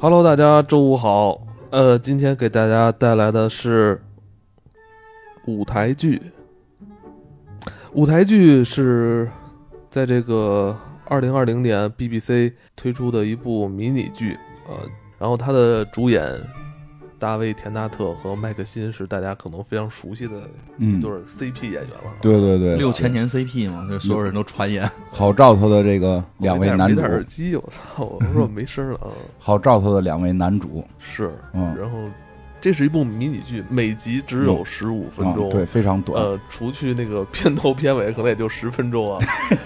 Hello，大家周五好。呃，今天给大家带来的是舞台剧。舞台剧是在这个二零二零年 BBC 推出的一部迷你剧，呃，然后它的主演大卫·田纳特和麦克辛是大家可能非常熟悉的嗯一对儿 CP 演员了。对对对，六千年 CP 嘛，就是所有人都传言，好兆头的这个我没戴，两位男没主戴，耳机，我操！我说没声儿了啊。好兆头的两位男主，是，嗯，然后这是一部迷你剧，每集只有十五分啊钟，对，非常短，呃，除去那个片头片尾，可能也就十分钟啊。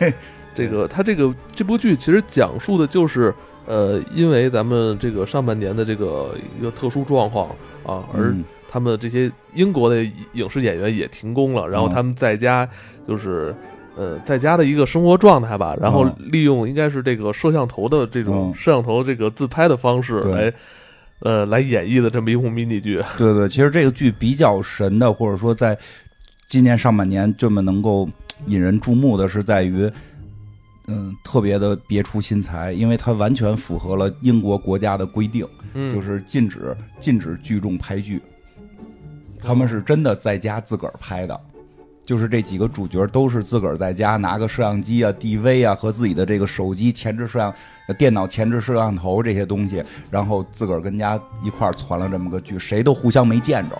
这个它这个这部剧其实讲述的就是，呃，因为咱们这个上半年的这个一个特殊状况啊，而嗯他们这些英国的影视演员也停工了，然后嗯他们在家就是。呃，在家的一个生活状态吧，然后嗯利用应该是这个摄像头的这种嗯摄像头这个自拍的方式对来，呃，来演绎的这么一部迷你剧，对对对，其实这个剧比较神的，或者说在今年上半年这么能够引人注目的是在于。嗯，特别的别出心裁，因为它完全符合了英国国家的规定，嗯，就是禁止禁止聚众拍剧。他们是真的在家自个儿拍的，就是这几个主角都是自个儿在家拿个摄像机啊、DV 啊和自己的这个手机前置摄像、呃电脑前置摄像头这些东西，然后自个儿跟家一块儿传了这么个剧，谁都互相没见着。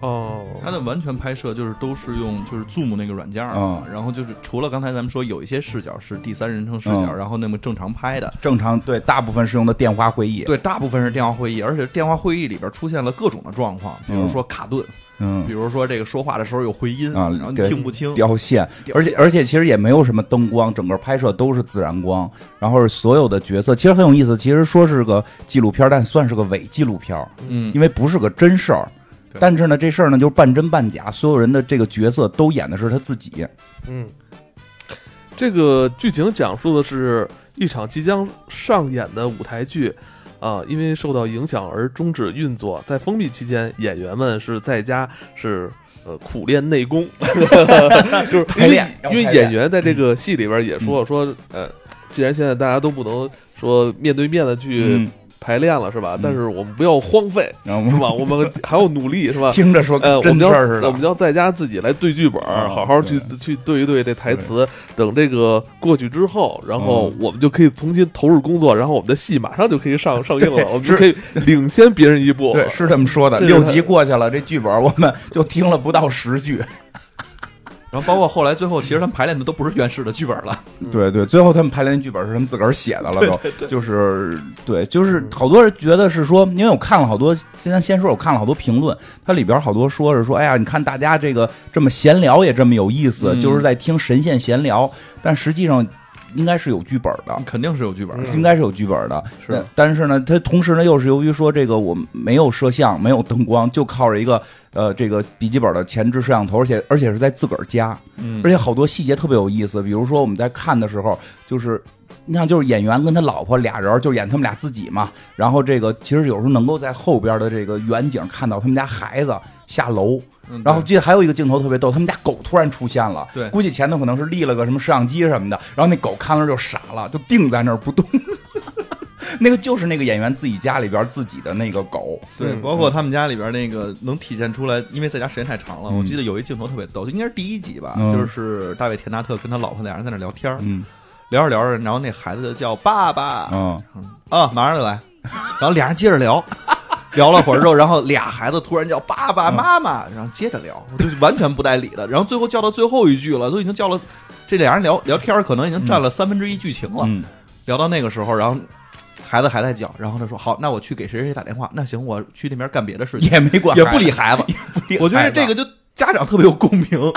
哦，它的完全拍摄就是都是用就是 Zoom 那个软件儿嘛，嗯然后就是除了刚才咱们说有一些视角是第三人称视角，嗯然后那么正常拍的，正常对，大部分是用的电话会议。，对，大部分是电话会议，而且电话会议里边出现了各种的状况，比如说卡顿，比嗯，如说这个说话的时候有回音，啊然后你对听不清，掉线，掉而且而且其实也没有什么灯光，整个拍摄都是自然光，然后是所有的角色其实很有意思。其实说是个纪录片儿，但算是个伪纪录片儿。嗯，因为不是个真事儿对。但是呢，这事儿呢就是半真半假，所有人的这个角色都演的是他自己。嗯，这个剧情讲述的是一场即将上演的舞台剧，啊，因为受到影响而终止运作。在封闭期间，演员们是在家是。呃，苦练内 功，就是排练嗯因为因为要排练演员在这个戏里边也说说，呃，既然现在大家都不能说面对面的去嗯，排练了，是吧？但是我们不要荒废，然是后 吧？我们还要努力，是吧？听着说呃，跟我们真事要儿似我的们。要在家自己来对剧本，啊好好去对去对一对这台词。等这个过去之后，然后嗯我们就可以重新投入工作，然后我们的戏马上就可以上上映了，我们就是可以领先别人一步。对，是这么说的。这是他六集过去了，这剧本我们就听了不到十句。然后包括后来最后其实他们排练的都不是原始的剧本了，对对，最后他们排练剧本是他们自个儿写的 了，都就是对，就是好多人觉得是说，因为我看了好多，现在先说我看了好多评论，它里边好多说是说，哎呀，你看大家这个这么闲聊也这么有意思，嗯就是在听神仙闲聊，但实际上应该是有剧本的。肯定是有剧本的，嗯应该是有剧本的，是那但是呢，它同时呢，又是由于说这个我没有摄像，没有灯光，就靠着一个呃这个笔记本的前置摄像头，而且而且是在自个儿家，嗯而且好多细节特别有意思，比如说我们在看的时候，就是你像就是演员跟他老婆俩人就演他们俩自己嘛，然后这个其实有时候能够在后边的这个远景看到他们家孩子下楼，嗯然后记得还有一个镜头特别逗，他们家狗突然出现了，对估计前头可能是立了个什么摄像机什么的，然后那狗看到那儿就傻了，就定在那儿不动。 那个就是那个演员自己家里边自己的那个狗，对，嗯包括他们家里边那个能体现出来，因为在家时间太长了。嗯我记得有一镜头特别逗，就应该是第一集吧，嗯就是大卫·田纳特跟他老婆俩人在那聊天儿，嗯聊着聊着，然后那孩子就叫爸爸、嗯，啊，马上就来，然后俩人接着聊。 聊了会儿之后，然后俩孩子突然叫爸爸嗯妈妈，然后接着聊，就是完全不带理的。然后最后叫到最后一句了，都已经叫了，这俩人聊聊天儿可能已经占了三分之一剧情了。嗯聊到那个时候，然后孩子还在叫，然后他说：“好，那我去给谁谁打电话。”那行，我去那边干别的事情，也没管孩也子，哎不理孩 子。理我觉孩得子这个就家长特别有共 鸣。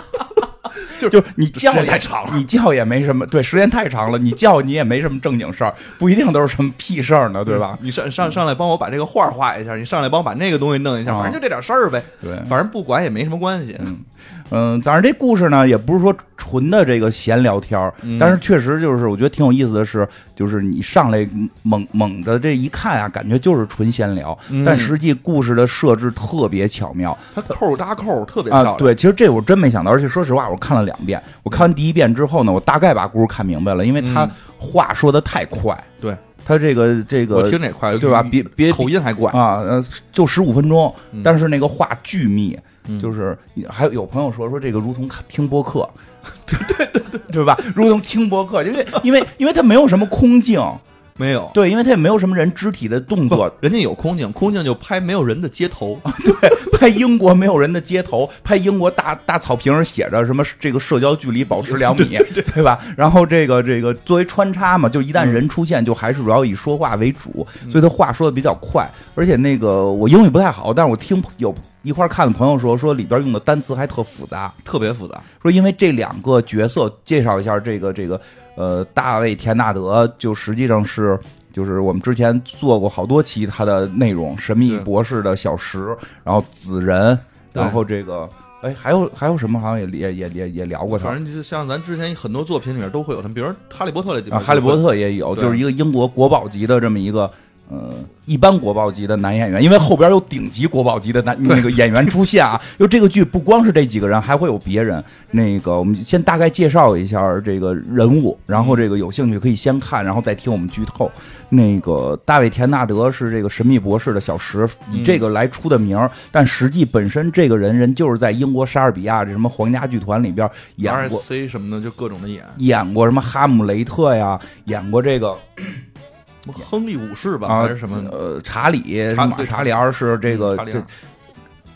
就是你叫时间也太长了，你叫也没什么，对，时间太长了，你叫你也没什么正经事儿，不一定都是什么屁事儿呢，对吧？你上上上来帮我把这个画画一下，你上来帮我把那个东西弄一下，啊反正就这点事儿呗，对，反正不管也没什么关系。嗯嗯，当然这故事呢，也不是说纯的这个闲聊天儿，嗯但是确实就是我觉得挺有意思的是，就是你上来猛猛的这一看啊，感觉就是纯闲聊，嗯但实际故事的设置特别巧妙，他扣搭扣特别漂亮，啊，对，其实这我真没想到，而且说实话，我看了两遍。我看完第一遍之后呢，我大概把故事看明白了，因为他嗯话说的太快。对，他这个这我个听这块对吧？别别嗯口音还怪，啊，呃，就十五分钟，嗯但是那个话巨密，嗯就是还有有朋友说说这个如同看听播客，对对对对，对吧？如同听播客，因为因为因为它没有什么空镜，没有。对，因为它也没有什么人肢体的动不作，，人家有空镜，空镜就拍没有人的街头，拍英国没有人的街头，拍英国大大草坪上写着什么这个社交距离保持两米，对吧？然后这个这个作为穿插嘛，就一嗯旦人出现，就还是主要以说话为主，所以他话说的比较快，而且那个我英语不太好，但是我听有一块儿看的朋友说说里边用的单词还特复杂，特别复杂。说因为这两个角色介绍一下这个这个呃大卫田纳德就实际上是。就是我们之前做过好多期他的内容，《神秘对博士》的小石，然后紫人，对然后这个，哎，还有还有什么？好像也也也也也聊过他 反，正就是像咱之前很多作品里面都会有他们，比如《哈利波特》里边啊，哈利波就会特也有，对就是一个英国国宝级的这么一个。呃，一般国宝级的男演员，因为后边有顶级国宝级的男那个演员出现啊。就这个剧不光是这几个人，还会有别人。那个，我们先大概介绍一下这个人物，然后这个有兴趣可以先看，然后再听我们剧透。那个大卫·田纳德是这个《神秘博士》的小石，以这个来出的名儿，但实际本身这个人人就是在英国莎士比亚这什么皇家剧团里边演过 RSC 什么的，就各种的演，演过什么《哈姆雷特》呀，演过这个什么亨利五世吧，啊还是什么？嗯呃，查理查马对查理二世这个查理这尔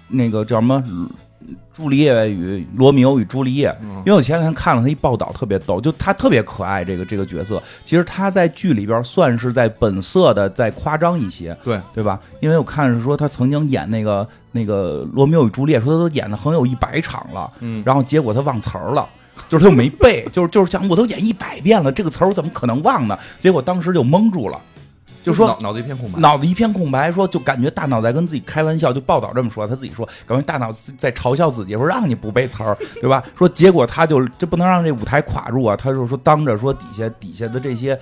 那个叫什么《朱丽叶与罗密欧与朱丽叶》，嗯因为我前两天看了他一报道，特别逗，就他特别可爱。这个这个角色，其实他在剧里边算是在本色的再夸张一些，对对吧？因为我看是说他曾经演那个那个《罗密欧与朱丽叶》，说他都演的很有一百场了，嗯然后结果他忘词儿了。就是他就没背， 就是就是想我都演一百遍了，这个词儿我怎么可能忘呢？结果当时就蒙住了，就说嗯脑脑子一片空白。脑子一片空白，说就感觉大脑在跟自己开玩笑，就报道这么说，他自己说，感觉大脑在嘲笑自己，说让你不背词儿，对吧？说结果他就这不能让这舞台垮住啊，他就说当着说底下底下的这些。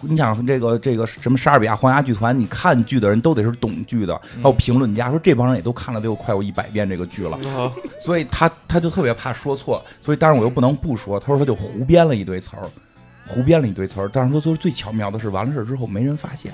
你想这个这个什么莎士比亚皇家剧团，你看剧的人都得是懂剧的，还有评论家说这帮人也都看了得有快有一百遍这个剧了，啊，所以他他就特别怕说错，所以但是我又不能不说，他说他就胡编了一堆词儿，胡编了一堆词儿，但是他说最巧妙的是完了事儿之后没人发现。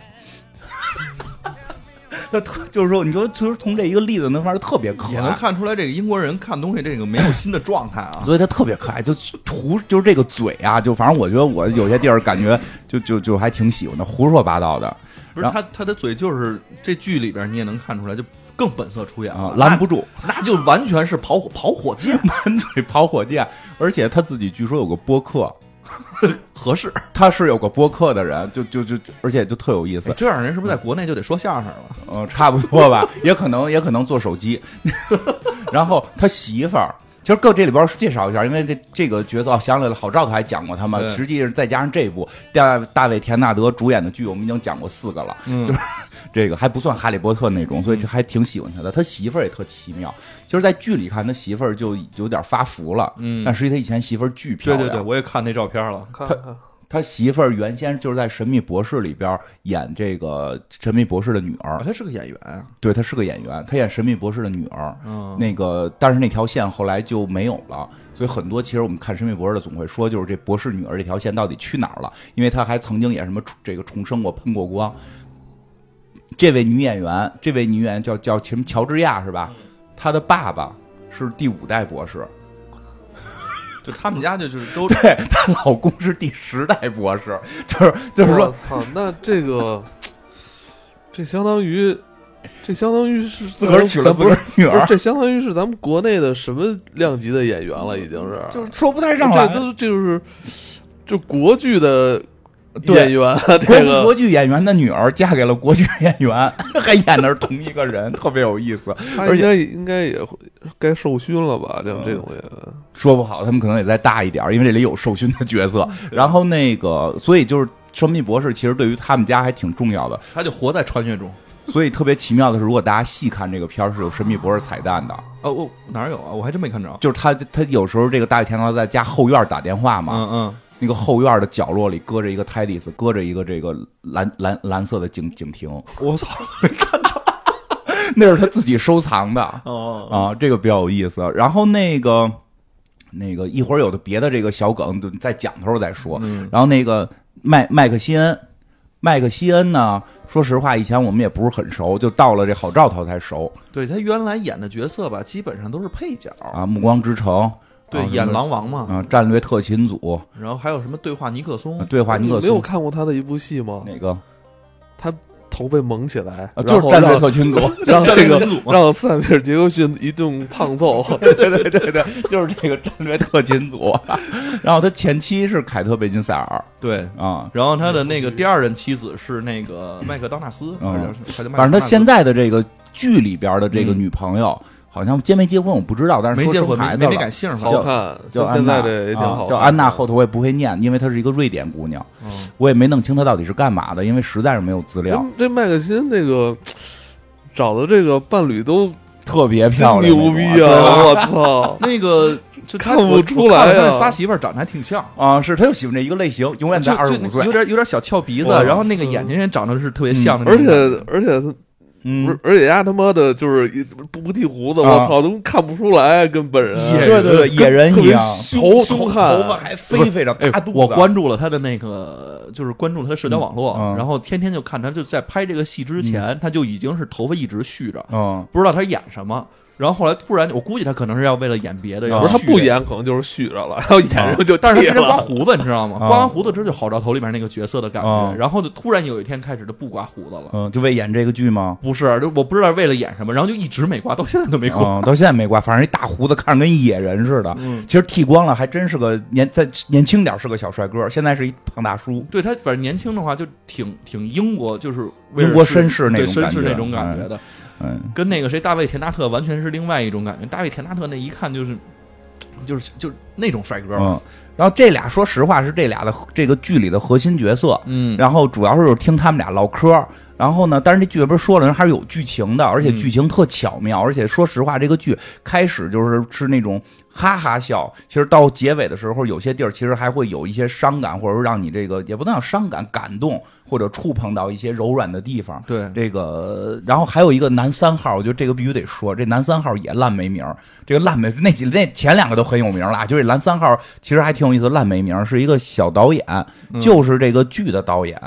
那特就是说，你说其实从这一个例子能发现特别可爱，也能看出来，这个英国人看东西这个没有新的状态啊。所以他特别可爱，就胡就是这个嘴啊，就反正我觉得我有些地儿感觉就就就还挺喜欢的，胡说八道的不是他他的嘴就是这剧里边你也能看出来，就更本色出演啊了，，拦不住，那，那就完全是跑火跑火箭满嘴跑火箭，而且他自己据说有个播客，合 适。他是有个播客的人，就就就而且就特有意思哎，这样人是不是在国内就得说相声了？嗯，差不多吧，也可能也可能做手机。 然后他媳妇儿，其实各这里边介绍一下，因为这这个角色哦想起来了，郝兆头还讲过他嘛。对实际上再加上这部大大卫田纳德主演的剧，我们已经讲过四个了，嗯就是 这个还不算哈利波特那种，所以这还挺喜欢他的。他媳妇儿也特奇妙，就是在剧里看他媳妇儿就有点发福了，嗯但实际他以前媳妇儿巨漂对亮，对对，我也看那照片了。看看他媳妇儿原先就是在《神秘博士》里边演这个神秘博士的女儿啊，，他是个演员啊。对，她是个演员，她演《神秘博士》的女儿。嗯，那个，但是那条线后来就没有了，所以很多其实我们看《神秘博士》的总会说，就是这博士女儿这条线到底去哪儿了？因为她还曾经也什么重这个重生过、喷过光。这位女演员，这位女演员叫叫什么乔治亚是吧？她的爸爸是第五代博士，就他们家就就是都对，她老公是第十代博士，就是就是我说，操，那这个，这相当于，这相当于是自个儿娶了咱自不个是儿女不是儿，这相当于是咱们国内的什么量级的演员了，已经是，就是说不太上来这。都这就是就国剧的对演员，啊 这国国个剧演员的女儿嫁给了国剧演员，还演的是同一个人，特别有意思。他而应且嗯该应该也会该受勋了吧？这种这种演员，说不好，他们可能也再大一点儿，因为这里有授勋的角色。嗯然后那个，所以就是神秘博士，其实对于他们家还挺重要的。他就活在穿越中。所以特别奇妙的是，如果大家细看这个片儿，是有神秘博士彩蛋的。哦，我哪有啊？我还真没看着。就是他，他有时候这个大卫田纳德在家后院打电话嘛，嗯嗯，那个后院的角落里搁着一个泰迪斯，搁着一个这个蓝蓝蓝色的警警亭， 我操！那是他自己收藏的。 哦，啊，这个比较有意思。然后那个那个一会儿哦有的别的这个小梗，就再讲的时候再说。嗯然后那个麦麦克辛恩，麦克西恩呢，说实话，以前我们也不是很熟，就到了这好兆头才熟对他原来演的角色吧，基本上都是配角，啊，《暮光之城》对，啊演狼王嘛，啊，战略特勤组啊然后还有什么对话尼克松，对话你尼克没有松看过他的一部戏吗？哪个头被蒙起来，啊，就然是后战略让特勤组， 让战这略个民族嘛，让塞米尔杰克逊一顿胖 揍，就是这个战略特勤组。 然后他前妻是凯特·贝金赛尔对。啊，然后他的那个第二任妻子是那个麦克当纳斯，嗯还是还是麦克反正他现在在的这个剧里边的这个女朋友，好像结没结婚我不知道，但是没说结生婚，孩没子没没了改。姓好叫好看，叫像安现娜在这也挺好啊看，叫安娜，后头我也不会念，因为她是一个瑞典姑娘，嗯我也没弄清她到底是干嘛的，因为实在是没有资料。这这麦克辛这个找的这个伴侣都特别漂真亮，牛逼那种啊！我操， 那个就他看不我出我看了来他呀那仨媳妇儿长得还挺像，啊！啊，是她就喜欢这一个类型，永远在就二十就五岁有。点有点小翘鼻子，啊哇然后那个眼睛也长得是特别像的而那且种，而且他嗯不是，而且丫他妈的就是一不不剃胡子，我啊操，都看不出来，啊跟本人野对对对，野人一样，头头头发还飞飞着，哎大肚，子。我关注了他的那个，就是关注了他的社交网络，嗯嗯然后天天就看他，就在拍这个戏之前，他就已经是头发一直蓄着，嗯，不知道他演什么。然后后来突然，我估计他可能是要为了演别的，嗯要不是他蓄不着，演，可能就是续着了，然后演上就啊但是他之前剃了刮胡子，你知道吗？嗯刮完胡子之后就好兆头里面那个角色的感觉，嗯然后就突然有一天开始就不刮胡子了，嗯，就为演这个剧吗？不是，就我不知道为了演什么，然后就一直没刮，到现在都没刮。嗯，到现在没刮，反正一大胡子看着跟野人似的。嗯，其实剃光了还真是个年再年轻点儿是个小帅哥，现在是一胖大叔。对他，反正年轻的话就挺挺英国，就是威尔士英国绅士那对种绅感士觉，那种感觉的。嗯，跟那个谁大卫田纳特完全是另外一种感觉。大卫田纳特那一看就是，就是就是那种帅哥嗯嘛。嗯。然后这俩说实话是这俩的这个剧里的核心角色，嗯然后主要是就是听他们俩唠嗑。然后呢，但是这剧里边说了，人还是有剧情的，而且嗯剧情特巧妙。而且说实话，这个剧开始就是是那种哈哈笑，其实到结尾的时候，有些地儿其实还会有一些伤感，或者说让你这个也不能叫伤感，感动或者触碰到一些柔软的地方。对，这个，然后还有一个男三号，我觉得这个必须得说，这男三号也烂没名儿。这个烂没那几那前两个都很有名了，就是这男三号其实还挺有意思，烂没名儿是一个小导演，嗯就是这个剧的导演，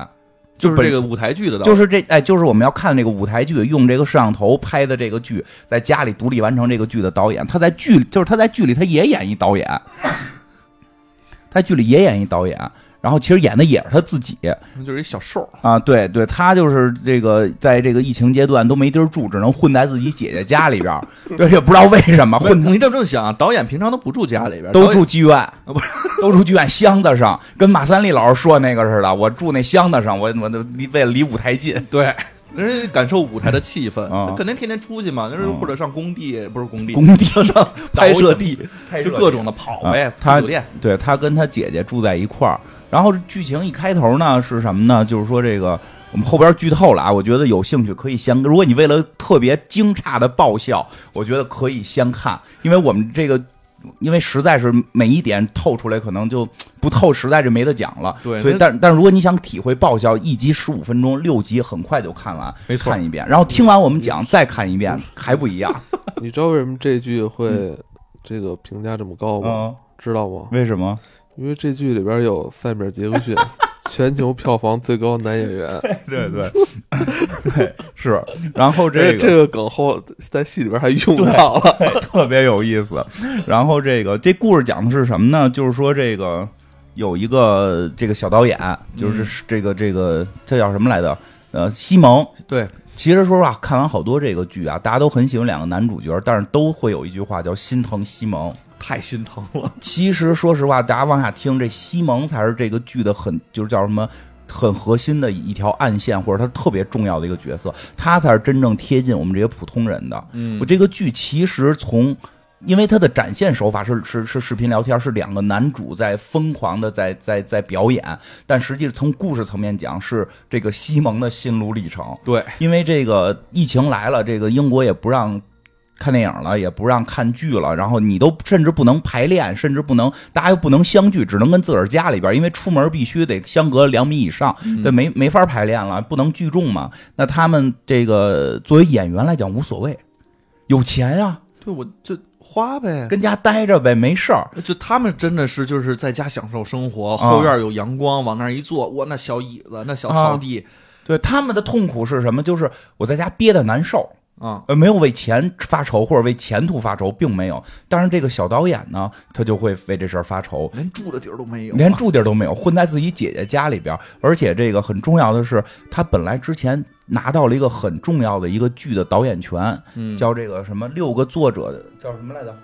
就是本这个舞台剧的导演，就是这哎，就是我们要看这个舞台剧，用这个摄像头拍的这个剧，在家里独立完成这个剧的导演，他在剧就是他在剧里他也演一导演，他在剧里也演一导演，然后其实演的也是他自己，就是一小瘦，啊，对对，他就是这个，在这个疫情阶段都没地儿住，只能混在自己姐姐家里边 儿，对，也不知道为什么混在你这么这么想啊，导演平常都不住家里边，都导演住剧院，啊不是 都住剧院箱子上，跟马三立老师说那个似的，我住那箱子上，我我都离为了离舞台近，对。人家感受舞台的气氛，啊肯定天天出去嘛，那是嗯或者上工地，不是工地，工地上拍摄地，就各种的跑啊呗，他跑酒店，对他跟他姐姐住在一块儿。然后剧情一开头呢是什么呢？就是说这个我们后边剧透了啊，我觉得有兴趣可以先，如果你为了特别惊诧的爆笑，我觉得可以先看，因为我们这个。因为实在是每一点透出来，可能就不透，实在是没得讲了。对所以那但但如果你想体会爆笑，一集十五分钟，六集很快就看完，没错看一遍，然后听完我们讲再看一遍，还不一 样。 你知道为什么这剧会这个评价这么高哦吗？嗯，知道吗？为什 么？因为这剧里边有塞米尔·杰克 逊，全球票房最高男演员。对对 对，是。然后这这个这个梗后在戏里边还用到了。 特别有意思。然后这个这故事讲的是什么呢？就是说这个有一个这个小导演，就是这个这个这叫什么来着？呃，西蒙。对，其实说实话，看完好多这个剧啊，大家都很喜欢两个男主角，但是都会有一句话叫心疼西蒙。太心疼了。其实说实话，大家往下听，这西蒙才是这个剧的很就是叫什么。很核心的一条暗线，或者他特别重要的一个角色，他才是真正贴近我们这些普通人的。嗯我这个剧其实从，因为它的展现手法是是是视频聊天，是两个男主在疯狂的在在在表演，但实际从故事层面讲，是这个西蒙的心路历程。对，因为这个疫情来了，这个英国也不让。看电影了，也不让看剧了，然后你都甚至不能排练，甚至不能，大家又不能相聚，只能跟自个儿家里边儿，因为出门必须得相隔两米以上，对，没没法排练了，不能聚众嘛。那他们这个作为演员来讲无所谓，有钱呀、啊对我这花呗。跟家待着呗，没事儿。就他们真的是就是在家享受生活，啊后院有阳光，往那儿一坐，哇，那小椅子，那小草地对他们的痛苦是什么？就是我在家憋得难受，啊，呃，没有为钱发愁或者为前途发愁，并没有。但是这个小导演呢，他就会为这事儿发愁，连住的地儿都没有啊，连住地儿都没有，混在自己姐姐家里边儿。而且这个很重要的是，他本来之前拿到了一个很重要的一个剧的导演权，嗯，叫这个什么六个作者的叫什么来着？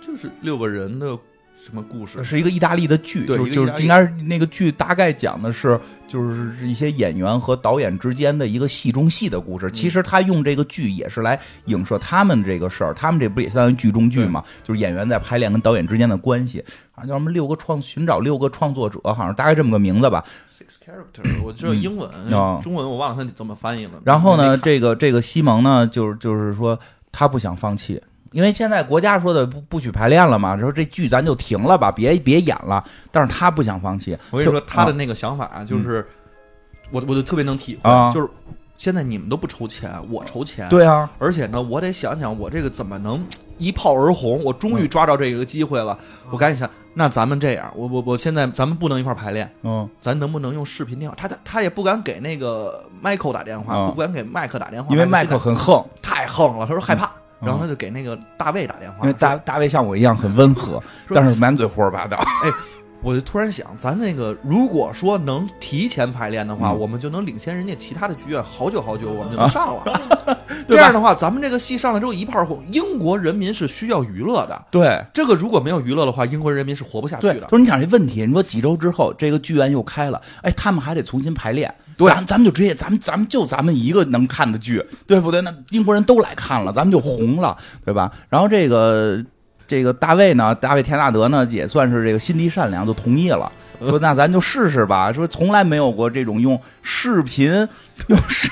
就就是六个人的什么故事，是一个意大利的剧，对就一个就意是大利应该是那个剧大概讲的是就是一些演员和导演之间的一个戏中戏的故事。嗯其实他用这个剧也是来影射他们这个事儿，他们这不也相当于剧中剧嘛？就是演员在排练跟导演之间的关系，好像叫什么六个创寻找六个创作者，好像大概这么个名字吧。 Six character，我知道英文啊，中文我忘了它怎么翻译了。然后没呢，看这个这个西蒙呢，就是就是说他不想放弃，因为现在国家说的不不许排练了嘛，说这剧咱就停了吧，别别演了。但是他不想放弃，我跟你说，就他的啊那个想法就是，我我就特别能体会啊，就是现在你们都不筹钱，我筹钱，，对啊，而且呢，我得想想我这个怎么能一炮而红，我嗯终于抓着这个机会了，我赶紧想，那咱们这样，我我我现在咱们不能一块儿排练，嗯咱能不能用视频电话？他他他也不敢给那个 Michael 打电话，啊不敢给麦克打电话，因为麦麦克克很横，现在太横了，他说害怕，嗯然后他就给那个大卫打电话，因为大大卫像我一样很温和，说但是满嘴胡说八道。哎我就突然想，咱那个如果说能提前排练的话，嗯我们就能领先人家其他的剧院好久好久，我们就啊能上了。 对吧这样的话，咱们这个戏上来之后一炮红，英国人民是需要娱乐的。 对这个如果没有娱乐的话，英国人民是活不下去对，的。就是你想这问题，你说几周之后这个剧院又开了，哎，他们还得重新排练。对咱咱们就直接，咱们咱们就咱们一个能看的剧，对不对？那英国人都来看了，咱们就红了，对吧？然后这个这个大卫呢，大卫田纳德呢，也算是这个心地善良，就同意了。说那咱就试试吧，说从来没有过这种用视频，用视。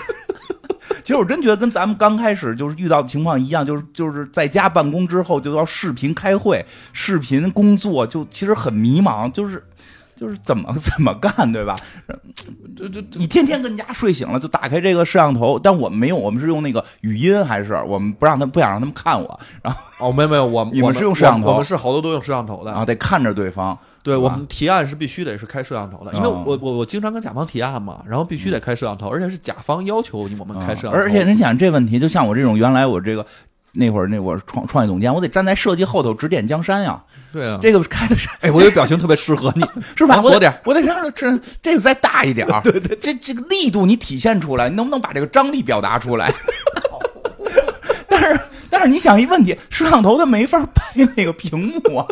其实我真觉得跟咱们刚开始就是遇到的情况一样，就是就是在家办公之后就要视频开会、视频工作，就其实很迷茫，就是就是怎么 怎么干，对吧？这这这你天天跟家睡醒了就打开这个摄像头，但我们没有，我们是用那个语音，还是我们不让他不想让他们看我，然后哦，没有没有，我们你们我是用摄像头啊我们是好多都用摄像头的。然后得看着对方，对是我吧们提案是必须得是开摄像头的，因为嗯我我我经常跟甲方提案嘛，然后必须得开摄像头，而且是甲方要求我们开摄像头。啊而且你想这问题，就像我这种原来我这个。那会儿，那我是创创意总监，我得站在设计后头指点江山呀。对啊，这个开的是哎，我有表情特别适合 你，是吧？往我左得点儿，我得让他这这个再大一点儿。 对对，这这个力度你体现出来，你能不能把这个张力表达出来？ 但是但是你想一问题，摄像头它没法拍那个屏幕啊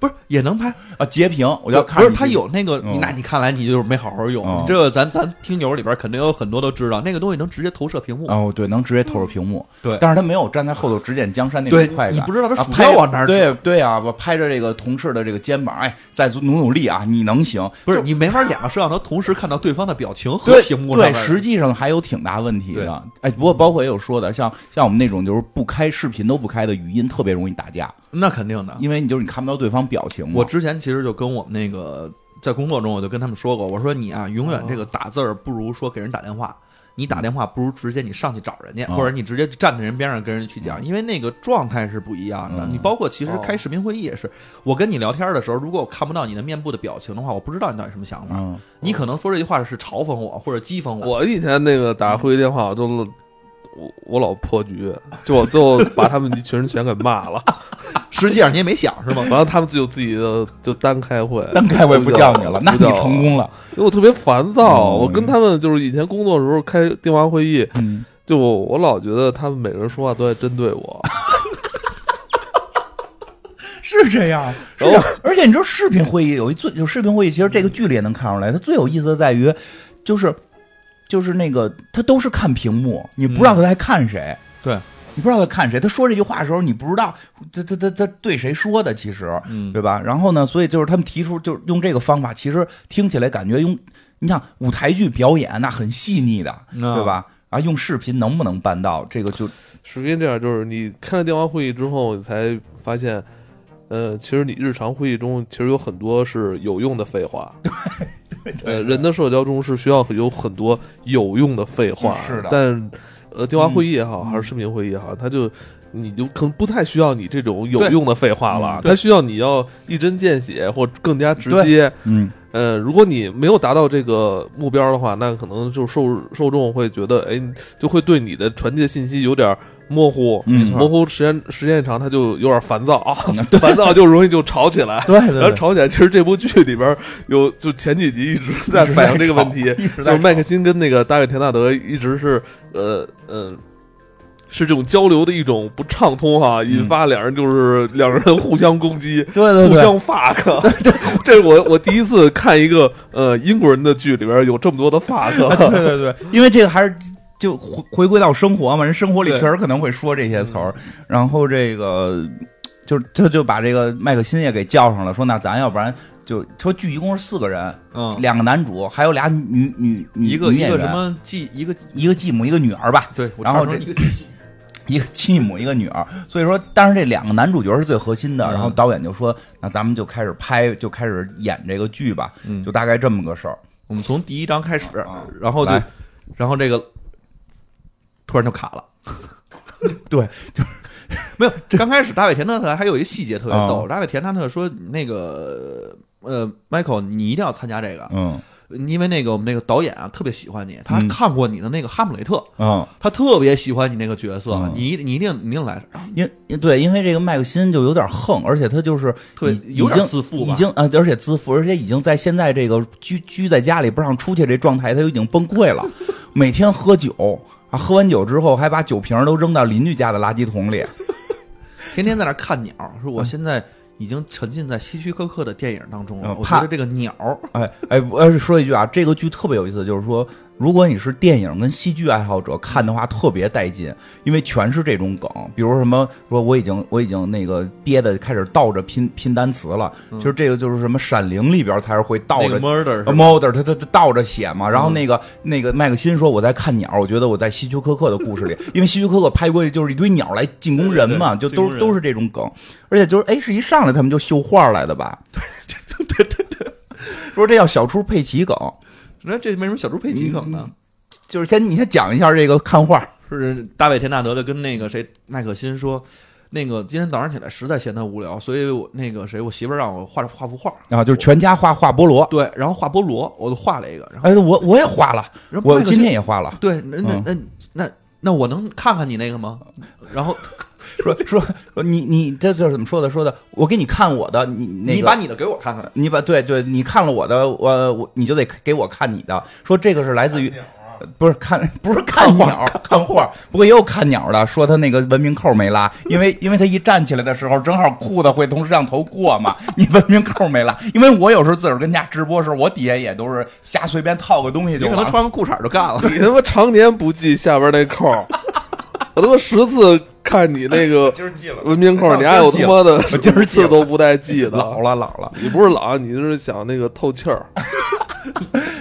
不是也能拍，啊截屏，我就要看不着是你它有那个，嗯那你看来你就是没好好用。嗯你这个咱咱听友里边肯定有很多都知道，那个东西能直接投射屏幕。哦，对，能直接投入屏幕，对但是他没有站在后头指点江山那对种快感，你不知道他啊鼠拍标往哪儿指对对啊，我拍着这个同事的这个肩膀，哎，再努努力啊，你能行，不是就你没法两个摄像头同时看到对方的表情和对屏幕上对，面实际上还有挺大问题对的。哎，不过包括也有说的，像像我们那种就是不开视频都不开的语音，特别容易打架，那肯定的。因为你就是你看不到对方表情嘛。啊我之前其实就跟我们那个在工作中，我就跟他们说过，我说你哦啊，永远这个打字儿不如说给人打电话。你打电话不如直接你上去找人家，嗯或者你直接站在人边上跟人去讲，因为那个状态是不一样的。哦嗯你包括其实哦开视频会议也是，我跟你聊天的时候，如果我看不到你的面部的表情的话，我不知道你到底什么想法。嗯，你可能说这句话是嘲讽我或者讥讽我，我以前那个打会议电话，我都我我老破局，就我最后把他们一群人全给骂 了，实际上你也没想是吗？完了他们就有自己的就单开会，单开我也不叫你了，那你不叫我成，功了。因为我特别烦躁，嗯我跟他们就是以前工作的时候开电话会议， 嗯，就我我老觉得他们每个人说话都在针对我， 是这样。是这样。而且你知道视频会议有一最有视频会议，其实这个剧里也能看出来，它最有意思的在于，就是就是那个他都是看屏幕，你不知道他在看谁。嗯对。你不知道他看谁，他说这句话的时候，你不知道他他他他对谁说的，其实，嗯对吧？然后呢，所以就是他们提出，就是用这个方法，其实听起来感觉用，你想舞台剧表演那很细腻的，嗯对吧？啊，用视频能不能办到？这个就实际这样，就是你开了电话会议之后，你才发现，呃，其实你日常会议中其实有很多是有用的废 话。呃，人的社交中是需要有很多有用的废话，嗯是的嗯但呃，电话会议也好，还是视频会议也好，它就你就可能不太需要你这种有对用的废话了嗯，对他需要你要一针见血或更加直接。嗯，嗯，如果你没有达到这个目标的话，那可能就受受众会觉得，哎，就会对你的传递的信息有点模糊，嗯没错模糊时间时间一长，他就有点烦躁 啊，嗯烦躁就容易就吵起来。对对然后吵起来，其实这部剧里边有，就前几集一直在反映这个问题， 一直就在是麦克吵辛跟那个大卫·田纳德一直是呃呃，是这种交流的一种不畅通哈、嗯引发两人就是两人互相攻击。对对互对，相 fuck，这是我我第一次看一个呃英国人的剧里边有这么多的 fuck， 对对对，因为这个还是就回回归到生活嘛，人生活里对确实可能会说这些词儿，然后这个就就就把这个麦克辛也给叫上了，说那咱要不然就说剧一共是四个人，嗯，两个男主，还有俩女女女一个女一演个员什么继一个一个继母一个女儿吧，对，我然后查成这一个继母一个继母一个女儿，所以说当然这两个男主角是最核心的，嗯然后导演就说那咱们就开始拍，就开始演这个剧吧，嗯就大概这么个事儿，我们从第一章开始啊，然后就来然后这个突然就卡了。 对，就是 没有。刚开始大卫·田纳特还有一个细节特别逗，啊大卫·田纳特说：“那个呃，Michael，你一定要参加这个，嗯因为那个我们那个导演啊特别喜欢你，他嗯看过你的那个《哈姆雷特》，嗯。他特别喜欢你那个角色，嗯你一你一定你一定来。”因因对，因为这个麦克辛就有点横，而且他就是对已有点已经自负吧已经啊、而且自负，而且已经在现在这个居居在家里不让出去这状态，他就已经崩溃 了，每天喝酒啊，喝完酒之后还把酒瓶都扔到邻居家的垃圾桶里，天天在那儿看鸟，说我现在已经沉浸在希区柯克的电影当中了。嗯我怕觉得这个鸟，哎哎，我要是说一句啊，这个剧特别有意思，就是说，如果你是电影跟戏剧爱好者看的话，特别带劲，因为全是这种梗，比如什么说我已经我已经那个憋的开始倒着拼拼单词了，其实这个就是什么《闪灵》里边才是会倒嗯着那个 murder 是吧嗯 m o d e r 他他他倒着写嘛，然后那个、那个麦克辛说我在看鸟，我觉得我在希区柯克的故事里，因为希区柯克拍过就是一堆鸟来进攻人嘛，对对就都进攻人都是这种梗，而且就是哎是一上来他们就绣画来的吧， 对对对对，说这叫小猪佩奇梗，那这没什么小猪佩奇啊梗呢。就是先你先讲一下这个看画，是大卫·田纳德的跟那个谁麦克辛说，那个今天早上起来实在嫌他无聊，所以我那个谁我媳妇儿让我画画幅画，然后啊就是全家画画菠萝，对，然后画菠萝，我就画了一个，然后哎我我也画了，然后我麦克辛今天也画了。对，那那那那那我能看看你那个吗？然后说说说你你这这怎么说的？说的我给你看我的，你那个你把你的给我看看，你把对对，你看了我的，我我你就得给我看你的。说这个是来自于，呃不是看 不是看鸟看画，不过也有看鸟的，说他那个文明扣没拉，因为因为他一站起来的时候，正好裤子会从摄像头过嘛，你文明扣没拉。因为我有时候自个儿跟家直播的时候，我底下也都是瞎随便套个东西你就可完能了。穿个裤衩就干了。你他妈常年不系下边那扣儿， 我他妈十次看你那个今儿记了文明扣 儿，你还有他妈的 十次都不带系老的，了老了。你不是老，你就是想那个透气儿，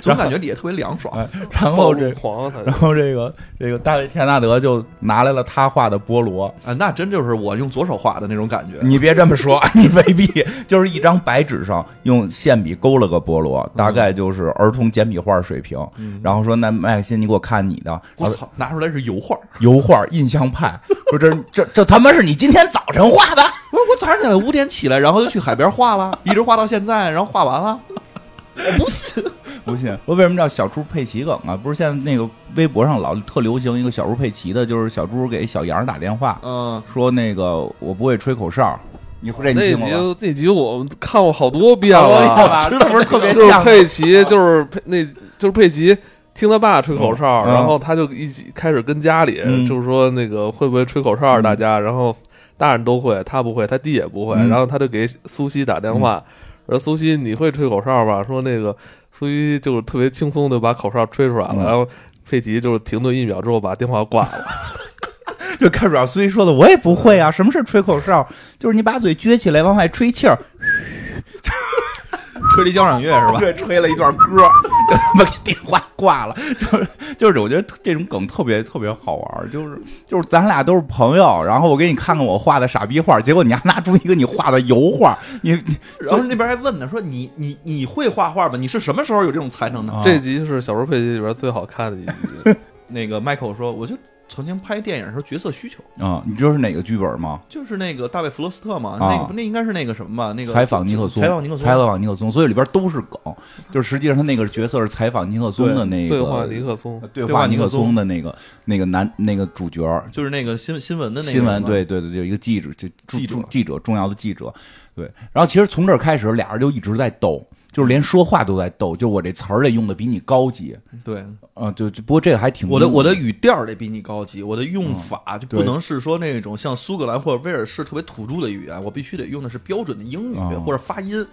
总感觉底下特别凉爽哎。然后暴这露狂他就然后 这个这个大卫田纳德就拿来了他画的菠萝。啊，那真就是我用左手画的那种感觉。你别这么说， 你未必就是一张白纸上用线笔勾了个菠萝，大概就是儿童简笔画水平。然后说：“那麦克辛，你给我看你的。”嗯我操，拿出来是油画。油画印象 派，说这这这他妈是你今天早晨画的？我我早上起来五点起来，然后就去海边画了，一直画到现在，然后画完了。我不信，不信，我为什么叫小猪佩奇梗啊？不是现在那个微博上老特流行一个小猪佩奇的，就是小猪给小羊打电话嗯，说那个我不会吹口哨，你会这你那听过吗？ 集那集我们看过好多遍好了，吧，这不是特别就是像吗佩奇，就是佩那就是佩奇听他爸吹口哨，嗯嗯然后他就一起开始跟家里、嗯就是说那个会不会吹口哨，嗯大家，然后大人都会，他不会，他弟也不会，嗯然后他就给苏西打电话，说苏西你会吹口哨吧？说那个苏西就是特别轻松的把口哨吹出来了，嗯然后佩奇就是停顿一秒之后把电话挂了， 就开始啊，所以说的我也不会啊，什么是吹口哨？就是你把嘴撅起来往外吹 气儿，吹了一交响乐是吧？对，吹了一段歌，就他妈给电话挂了。 就是就是，我觉得这种梗特别特别好玩，就是就是咱俩都是朋友，然后我给你看看我画的傻逼画，结果你还拿出一个你画的油画，你你然后那边还问呢，说你你你会画画吗？你是什么时候有这种才能的？啊这集是小时候佩奇里边最好看的一集。那个 Michael 说，我就曾经拍电影的时候角色需求，啊，你知道是哪个剧本吗？就是那个大卫·弗罗斯特嘛，啊那个那应该是那个什么吧？那个采访尼克松，采访尼克松，采访尼克松，所以里边都是梗，就是实际上他那个角色是采访尼克松的 那个呃对话尼克松，对对话话尼尼克克松松的那个那个男那个主角儿就是那个新新闻的那个新什闻，么对对对，有一个记者，就记者重记者重要的记者，对。然后其实从这儿开始，俩人就一直在斗，就是连说话都在斗，就我这词儿得用的比你高级，对，啊，就就不过这个还挺我的英我的语调儿得比你高级，我的嗯用法就不对能是说那种像苏格兰或者威尔士特别土著的语言，我必须得用的是标准的英语哦或者发音，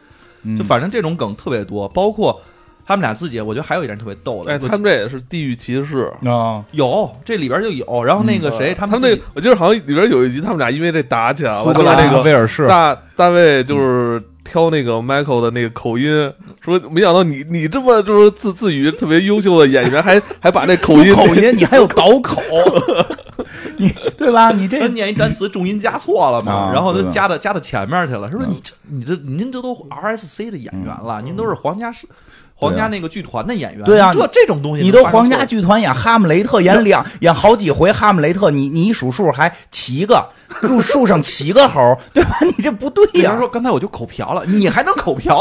嗯就反正这种梗特别多，包括他们俩自己，我觉得还有一点特别逗的，哎，就他们这也是地域歧视。啊，有这里边就有，然后那嗯个谁，他们自那己个，我记得好像里边有一集，他们俩因为这打起来啊了。苏格就是兰那个威尔士，大大卫就是挑那个 Michael 的那个口音，说没想到你你这么就是自自诩特别优秀的演员，还还把那口音有 口音，你还有倒 口，你对吧？你他这念一单词重音加错了嘛，哎啊然后就对吧嗯加到加到前面去了，是不是？你这你这您这都 RSC 的演员了，您都是皇家是皇家那个剧团的演员，啊对啊这这种东西你能都发生皇错家误剧团演《哈姆雷特》演两演好几回《哈姆雷特》，你你一数数还七个，树树上七个猴，对吧？ 你这不对比呀、方说刚才我就口瓢 了，你还能口瓢？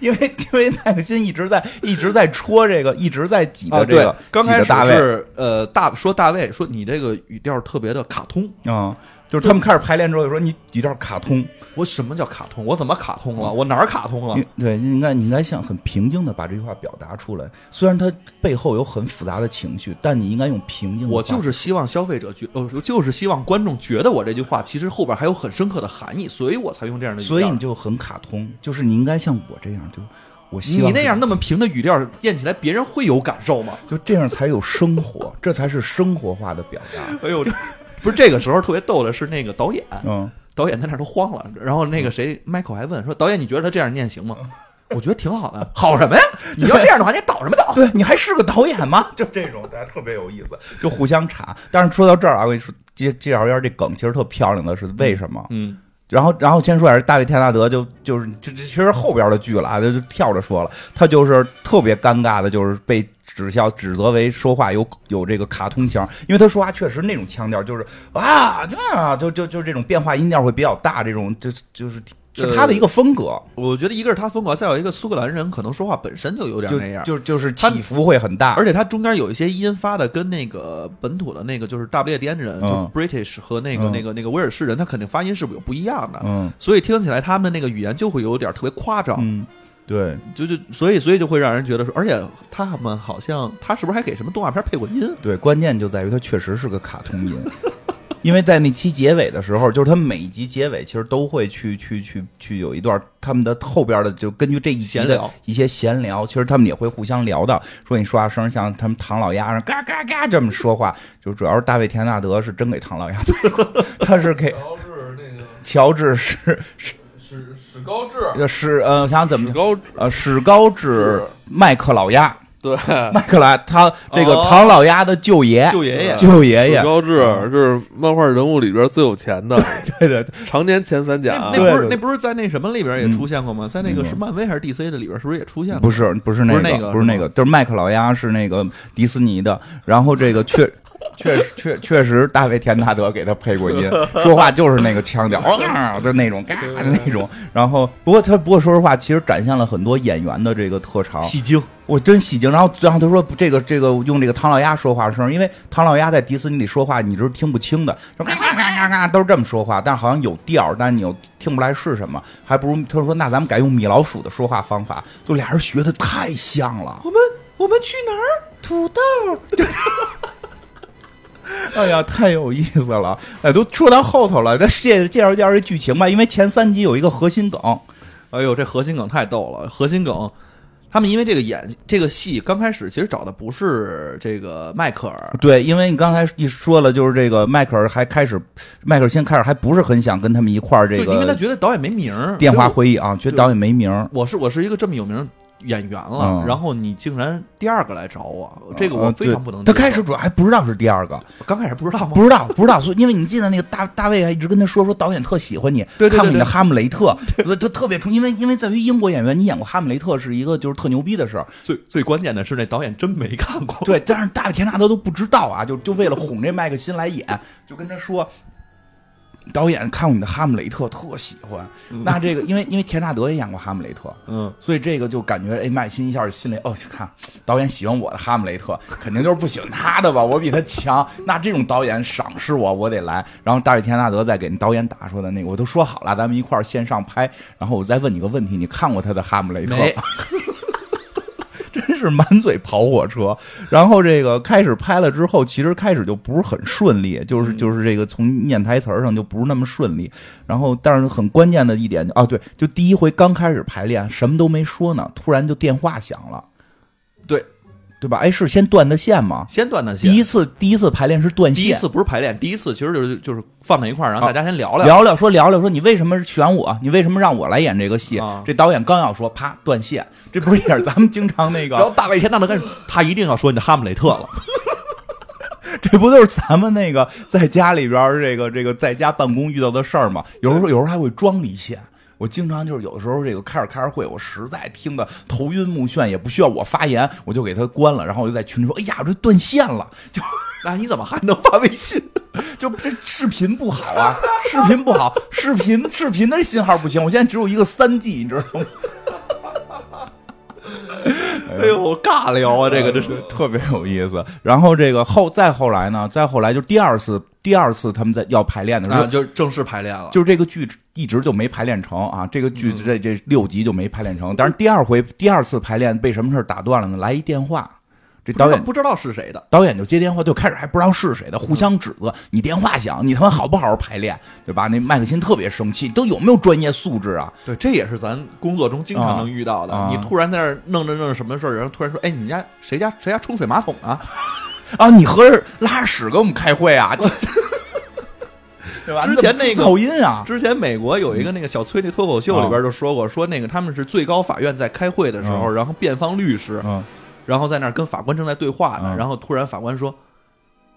因为因为耐克星一直在一直在戳这个，一直在挤啊，的这对个、，刚开挤的大始卫，是呃大说大卫说你这个语调特别的卡通，嗯，就是他们开始排练之后就说你有点卡通，我什么叫卡通？我怎么卡通了？我哪儿卡通了你？对，你应该你应该像很平静的把这句话表达出来，虽然它背后有很复杂的情绪，但你应该用平静的话。我就是希望消费者觉，呃，就是希望观众觉得我这句话其实后边还有很深刻的含义，所以我才用这样的语调。所以你就很卡通，就是你应该像我这样，就我希望你那是样那么平的语调念起来，别人会有感受 吗？就这样才有生活，这才是生活化的表 达。哎呦，这不是这个时候特别逗的是那个导演，嗯，导演在那儿都慌了，然后那个谁 Michael 还问说：“导演，你觉得他这样念行吗？”我觉得挺好的，好什么呀？你要这样的话，你还导什么导？对你还是个导演吗？就这种，大家特别有意思，就互相查。但是说到这儿啊，我跟你说，介介绍一下这梗，其实特漂亮的是为什么？嗯，然后，然后先说点大卫·泰纳德就，就是这这其实后边的剧了啊，就就跳着说了，他就是特别尴尬的，就是被指笑指责为说话有有这个卡通腔，因为他说话确实那种腔调，就是啊，这样啊，就就就这种变化音调会比较大，这种就就是是他的一个风格，我觉得一个是他风格，再有一个苏格兰人可能说话本身就有点就呃那样，就就是他起伏会很大，而且他中间有一些音发的跟那个本土的那个就是大不列颠人，嗯就是 British 和那个嗯那个那个威尔士人，他肯定发音是有不一样的，嗯所以听起来他们的那个语言就会有点特别夸张，嗯，对，就就所以所以就会让人觉得说，而且他们好像他是不是还给什么动画片配过音？对，关键就在于它确实是个卡通音，因为在那期结尾的时候，就是它每一集结尾其实都会去去去去有一段他们的后边的，就根据这一集闲的聊一些闲聊，其实他们也会互相聊的，说你说话声像他们唐老鸭嘎嘎嘎这么说话，就主要是大卫·田纳德是真给唐老鸭拍过， 他是给乔治那个乔治史史史高治，史呃，我想想怎么史讲高治呃史高治麦克老鸭。对，麦克老他这个哦唐老鸭的舅爷，舅爷爷舅爷爷史，高治是漫画人物里边最有钱的，嗯 对对，常年前三甲那啊。那不是对那不是在那什么里边也嗯出现过吗？在那个嗯是漫威还是 DC 的里边是不是也出现过？不是不是那不是那个个不是那是个，就是麦克老鸭是那个迪士尼的，然后这个确确实确确实大卫田纳德给他配过音，说话就是那个腔调，啊就那种嘎的那种。然后不过他不过说实话，其实展现了很多演员的这个特长，戏精，我真戏精。然后然后他说不这个这个用这个唐老鸭说话声，因为唐老鸭在迪士尼里说话你是听不清的，就嘎嘎嘎嘎嘎都是这么说话，但好像有调儿，但你又听不出来是什么，还不如他说那咱们改用米老鼠的说话方法，就俩人学的太像了。我们我们去哪儿？土豆。哎呀，太有意思了！哎，都说到后头了，那介介绍介绍这剧情吧，因为前三集有一个核心梗，哎呦，这核心梗太逗了！核心梗，他们因为这个演这个戏刚开始其实找的不是这个迈克尔，对，因为你刚才一说了，就是这个迈克尔还开始，迈克尔先开始还不是很想跟他们一块儿这就因为他个觉得导演没名儿，电话所以会议啊，觉得导演没名儿，我我是我是一个这么有名演员了，嗯然后你竟然第二个来找我，这个我啊非对常不能他接受。哦开始主要还不知道是第二个，刚开始不知道吗？不知道不知道，所以因为你记得那个大大卫还一直跟他说说导演特喜欢你，对对对看过你的 对《哈姆雷特》，他他特别崇，因为因为在于英国演员，你演过《哈姆雷特》是一个就是特牛逼的事儿，最最关键的是那导演真没看过，对，但是大卫田纳德都不知道啊，就就为了哄这麦克辛来演，就跟他说。导演看过你的《哈姆雷特》，特喜欢。那这个，因为因为田纳德也演过《哈姆雷特》，嗯，所以这个就感觉，哎，麦辛一下心里，哦，看导演喜欢我的哈姆雷特，肯定就是不喜欢他的吧，我比他强。那这种导演赏识我，我得来。然后大卫·田纳德再给导演打说的那个，我都说好了，咱们一块儿线上拍。然后我再问你个问题，你看过他的哈姆雷特吗没？真是满嘴跑火车。然后这个开始拍了之后，其实开始就不是很顺利，就是就是这个从念台词儿上就不是那么顺利。然后但是很关键的一点，啊，对，就第一回刚开始排练，什么都没说呢，突然就电话响了，对，对吧？哎，是先断的线吗？先断断线。第一次第一次排练是断第一线。次不是排练，第一次其实就是就是放在一块儿，啊然后大家先聊聊。聊聊说聊聊说你为什么选我？你为什么让我来演这个戏？啊这导演刚要说，啪断线，这不是也是咱们经常那个？然后大卫田纳德开始，他一定要说你的哈姆雷特 了。这不都是咱们那个在家里边儿这个这个在家办公遇到的事儿吗？有时候有时候还会装离线。我经常就是有时候这个开着开着会，我实在听得头晕目眩，也不需要我发言，我就给它关了，然后我就在群里说：“哎呀，我这断线了，就那你怎么还能发微信？就这视频不好啊，视频不好，视频视频的信号不行，我现在只有一个三 G，你知道吗？哎呦，尬聊啊，这个真是。特别有意思。然后这个后再后来呢，再后来就第二次第二次他们在要排练的时候啊，，就是正式排练了。就是这个剧一直就没排练成啊，这个剧嗯这这六集就没排练成。但是第二回第二次排练被什么事儿打断了呢？来一电话，这导演不知道是谁的，导演就接电话，就开始还不知道是谁的，互相指责。你电话响，你他妈好不好好排练，对吧？那麦克辛特别生气，都有没有专业素质啊？对，这也是咱工作中经常能遇到的。啊啊你突然在那儿弄着弄着什么事儿，然后突然说：“哎，你们家谁家谁家冲水马桶啊啊，你合着拉着屎跟我们开会啊？这 对吧？之前那个你怎么出噪音？”啊，之前美国有一个那个小崔那脱口秀里边就说过，说那个他们是最高法院在开会的时候，然后辩方律师，嗯，然后在那儿跟法官正在对话呢，嗯然后突然法官说：“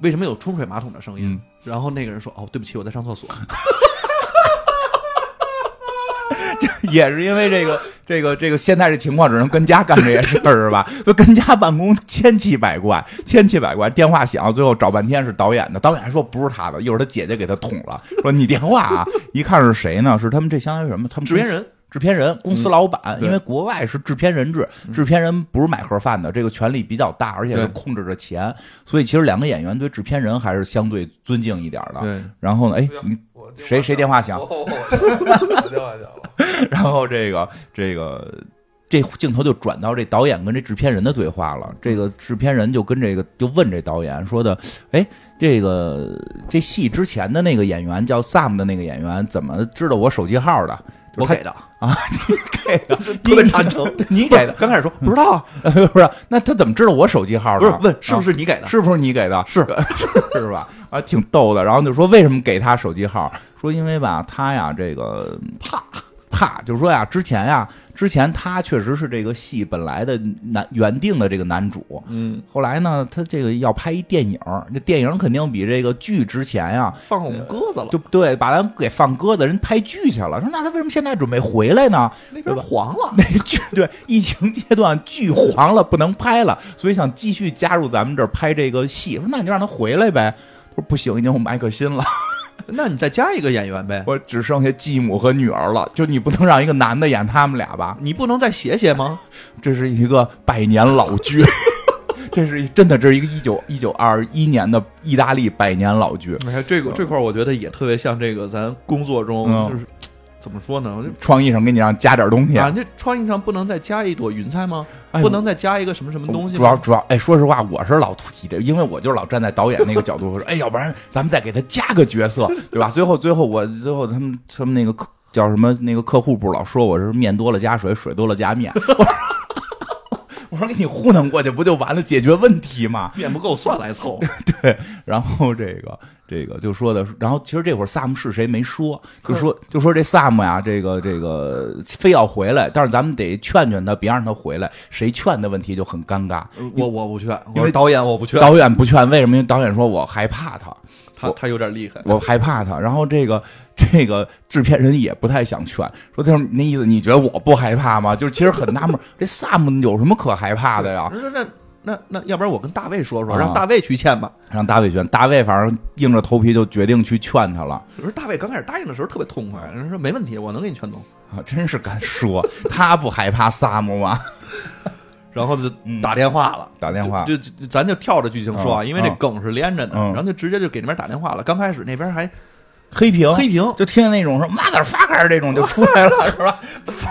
为什么有冲水马桶的声音嗯？”然后那个人说：“哦，对不起，我在上厕 所。 也是因为这个这个这个现在这情况，只能跟家干这些事儿是吧？ 就跟家办公千奇百怪，千奇百怪。电话响，最后找半天是导演的，导演还说不是他的，一会儿他姐姐给他捅了，说你电话啊， 一看是谁呢？是他们这相当于什么？他”们制片。人嗯制片人、公司老板，对嗯因为国外是制片人制，制片人不是买盒饭的，这个权力比较大，而且对是控制着钱，所以其实两个演员对制片人还是相对尊敬一点的。对，然后呢，哎，你谁谁电话响我我我电话响了。然后这个这个这镜头就转到这导演跟这制片人的对话了。这个制片人就跟这个就问这导演说的：“哎，这个这戏之前的那个演员叫 Sam 的那个演员，怎么知道我手机号的？我给的，特别坦诚， 你给的刚开始说 不知道，啊 不是？那他怎么知道我手机号的？不是问是不啊是你给的？是不是你给的？是 是吧？啊，挺逗的。然后就说为什么给他手机号？说因为吧，他呀这个怕怕，就是说呀，之前呀，之前他确实是这个戏本来的男原定的这个男主。 嗯，后来呢，他这个要拍一电影，这电影肯定比这个剧值钱呀，放我们鸽子了，就对，把咱给放鸽子，人拍剧去了。说那他为什么现在准备回来呢？那边黄了。 那剧对疫情阶段剧黄了，不能拍了，所以想继续加入咱们这儿拍这个戏。说那你就让他回来呗。他说不行，已经有麦克辛了，那你再加一个演员呗，我只剩下继母和女儿了。就你不能让一个男的演他们俩吧？你不能再写写吗？这是一个百年老剧， 这是一真的，这是一个一九一九二一年的意大利百年老剧。哎，这个嗯这块儿我觉得也特别像这个咱工作中嗯就是怎么说呢？我就创意上给你让加点东西，啊，这创意上不能再加一朵云彩吗？哎呦不能再加一个什么什么东西主要吗？主要，哎，说实话，我是老提这，因为我就是老站在导演那个角度我说，哎，要不然咱们再给他加个角色，对 吧？最后最后我最后他们他们那个客叫什么那个客户不是老说我是面多了加水，水多了加面。 我说我说给你糊弄过去不就完了，解决问题吗？面不够蒜来凑，然后这个，这个就说的，然后其实这会儿萨姆是谁没说，就说就说这萨姆呀，这个这个非要回来，但是咱们得劝劝他，别让他回来。谁劝的问题就很尴尬。 我我不劝，因我为是导演，我不劝。导演不劝，为什么？因为导演说我害怕 他，他他有点厉害，我害怕他。然后这个这个制片人也不太想劝，说他说那意思，你觉得我不害怕吗？就是其实很纳闷， 这萨姆有什么可害怕的呀？那那那那，要不然我跟大卫说说，啊让大卫去劝吧。让大卫劝，大卫反正硬着头皮就决定去劝他了。我说大卫刚开始答应的时候特别痛快，人家说没问题，我能给你劝动。啊，真是敢说，他不害怕萨姆吗？然后就嗯打电话了，打电话就就就咱就跳着剧情说啊，嗯因为这梗是连着的，嗯然后就直接就给那边打电话了。刚开始那边还黑屏，黑屏，就听见那种说 motherfucker 这种就出来了，是吧？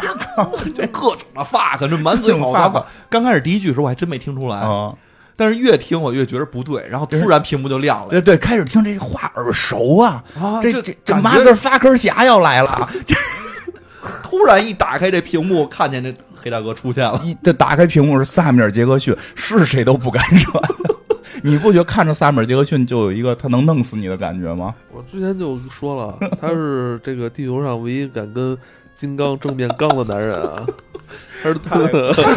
就各种的 fuck，这满嘴跑 fuck。刚开始第一句的时候我还真没听出来，啊，但是越听我越觉得不对，然后突然屏幕就亮了对对，开始听这话耳熟啊，啊，这这这这感觉 motherfucker 侠要来了，突然一打开这屏幕，看见这黑大哥出 现了，一这打开屏幕是萨米尔杰克逊，是谁都不敢惹。 你不觉得看着萨米尔杰克逊就有一个他能弄死你的感觉吗？我之前就说了，他是这个地球上唯一敢跟金刚正面刚的男人啊。他是他，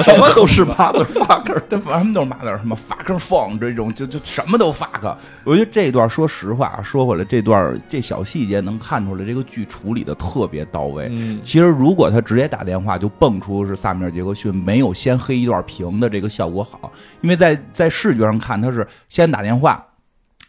什么 都啊 是 motherfucker。但反正他们都是 mother 什么 fucker phone 这种，就就什么都 fuck。我觉得这一段说实话，说回来这段这小细节能看出来，这个剧处理的特别到位。嗯，其实如果他直接打电话，就蹦出是萨米尔杰克逊没有先黑一段屏的这个效果好，因为在在视觉上看他是先打电话。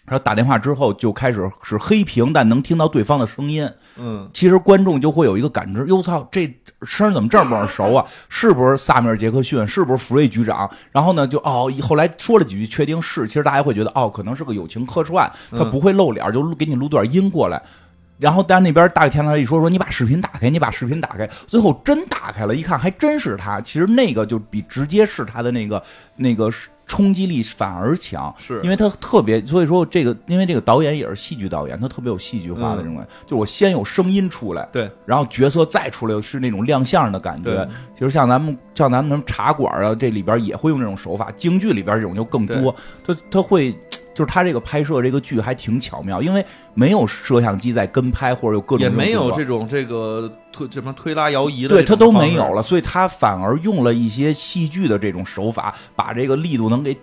然后打电话之后就开始是黑屏，但能听到对方的声音。嗯，其实观众就会有一个感知：哟操，这声儿怎么这么耳熟啊？是不是萨米尔杰克逊？是不是福瑞局长？然后呢，就哦，后来说了几句，确定是。其实大家会觉得哦，可能是个友情客串，他嗯不会露脸儿，就录给你录段音过来。然后，但那边大卫·田纳一说说你把视频打开，你把视频打开，最后真打开了，一看还真是他。其实那个就比直接是他的那个那个冲击力反而强，是因为他特别，所以说这个，因为这个导演也是戏剧导演，他特别有戏剧化的这种感觉，就是我先有声音出来，嗯对，嗯然后角色再出来是那种亮相的感觉对。其实像咱们像咱们什么茶馆啊，这里边也会用这种手法，京剧里边这种就更多。他他会就是他这个拍摄这个剧还挺巧妙，因为没有摄像机在跟拍或者有各种也没有这种这种这个推这什么推拉摇移的，对他都没有。了，所以他反而用了一些戏剧的这种手法，把这个力度能给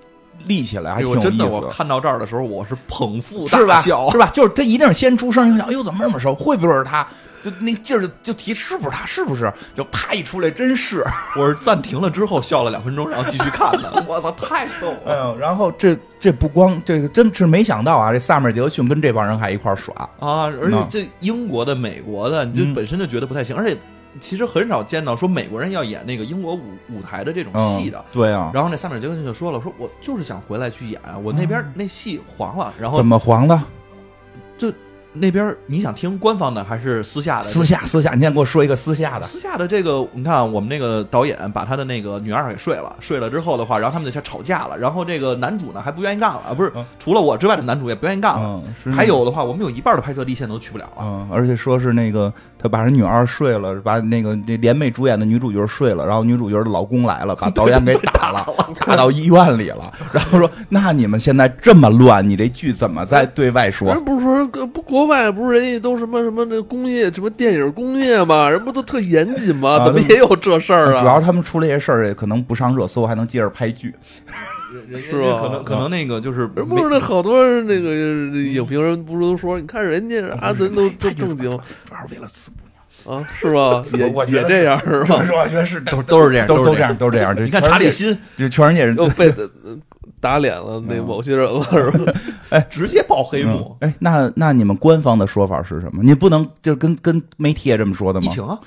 立起来，还哎挺呦，有真意的，我思。看到这儿的时候，我是捧腹是吧？大笑。是吧？就是他一定是先出声，想，哎呦，怎么这么熟？会不会是他？就那劲儿就就提是不是他？是不是？就啪一出来，真是。我是暂停了之后笑了两分钟，然后继续看的。 我操，太逗哎了呦，然后这这不光这个真是没想到啊，这萨米尔杰克逊跟这帮人还一块儿耍，啊！而且嗯这英国的、美国的，你就嗯本身就觉得不太行，而且其实很少见到说美国人要演那个英国舞舞台的这种嗯戏的。对啊，然后那萨米尔杰克逊就说了，说我就是想回来去演，我那边那戏黄了，然后怎么黄的？那边你想听官方的还是私下的？私下私下，你先给我说一个私下的。私下的这个，你看啊我们那个导演把他的那个女二给睡了，睡了之后的话，然后他们就开始吵架了，然后这个男主呢还不愿意干了，啊不是嗯除了我之外的男主也不愿意干了，嗯，是还有的话，我们有一半的拍摄地线都去不了啊了。嗯，而且说是那个他把人女二睡了，把那个那联袂主演的女主角睡了，然后女主角的老公来了，把导演给打了，打到医院里了。然后说：“那你们现在这么乱，你这剧怎么在对外说人不是说呃不国外不是人家都什么什么那工业什么电影工业嘛，人不都特严谨啊吗？怎么也有这事？”儿主要啊？他们出了这事儿，可能不上热搜，还能接着拍剧。人是吧可能可能那个啊就是人不是那好多人那个呃影评人不是都说，你看人家啊，人都都正经主要是为了四部。啊，是吧？也 我觉也得这样是吧 是？我觉得是都都是这样，都是都这样，。都这样。这你看查理全世界，辛这全世界人又被呃打脸了啊那某些人了是吧？直接爆黑幕嗯，哎，那那你们官方的说法是什么？你不能就是跟跟媒体也这么说的吗？疫情啊，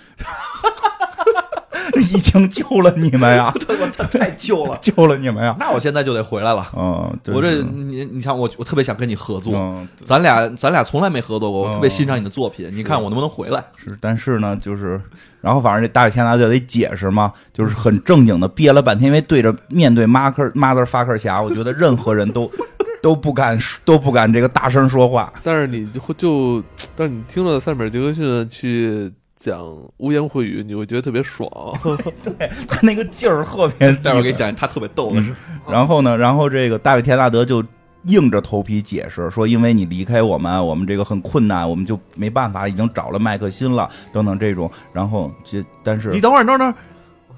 这 疫情救了你们呀，这我操太旧 了。 救了你们呀！那我现在就得回来了。嗯，真我这是你你想我我特别想跟你合作，嗯咱俩咱俩从来没合作过，我特别嗯欣赏你的作品，你看我能不能回来？是，但是呢，就是，然后反正这大卫天拿就得解释嘛，就是很正经的憋了半天，因为对着面对马克 mother fucker 侠，我觉得任何人都 都不敢都不敢这个大声说话。但是你就会就，但是你听了塞米尔杰克逊去讲污言秽语，你会觉得特别爽。他那个劲儿特别，嗯待会儿给你。讲他特别逗的事，然后呢，然后这个大卫·田纳德就硬着头皮解释说，因为你离开我们，啊我们这个很困难，我们就没办法，已经找了麦克辛了，等等这种。然后这但是你等会儿，等会儿，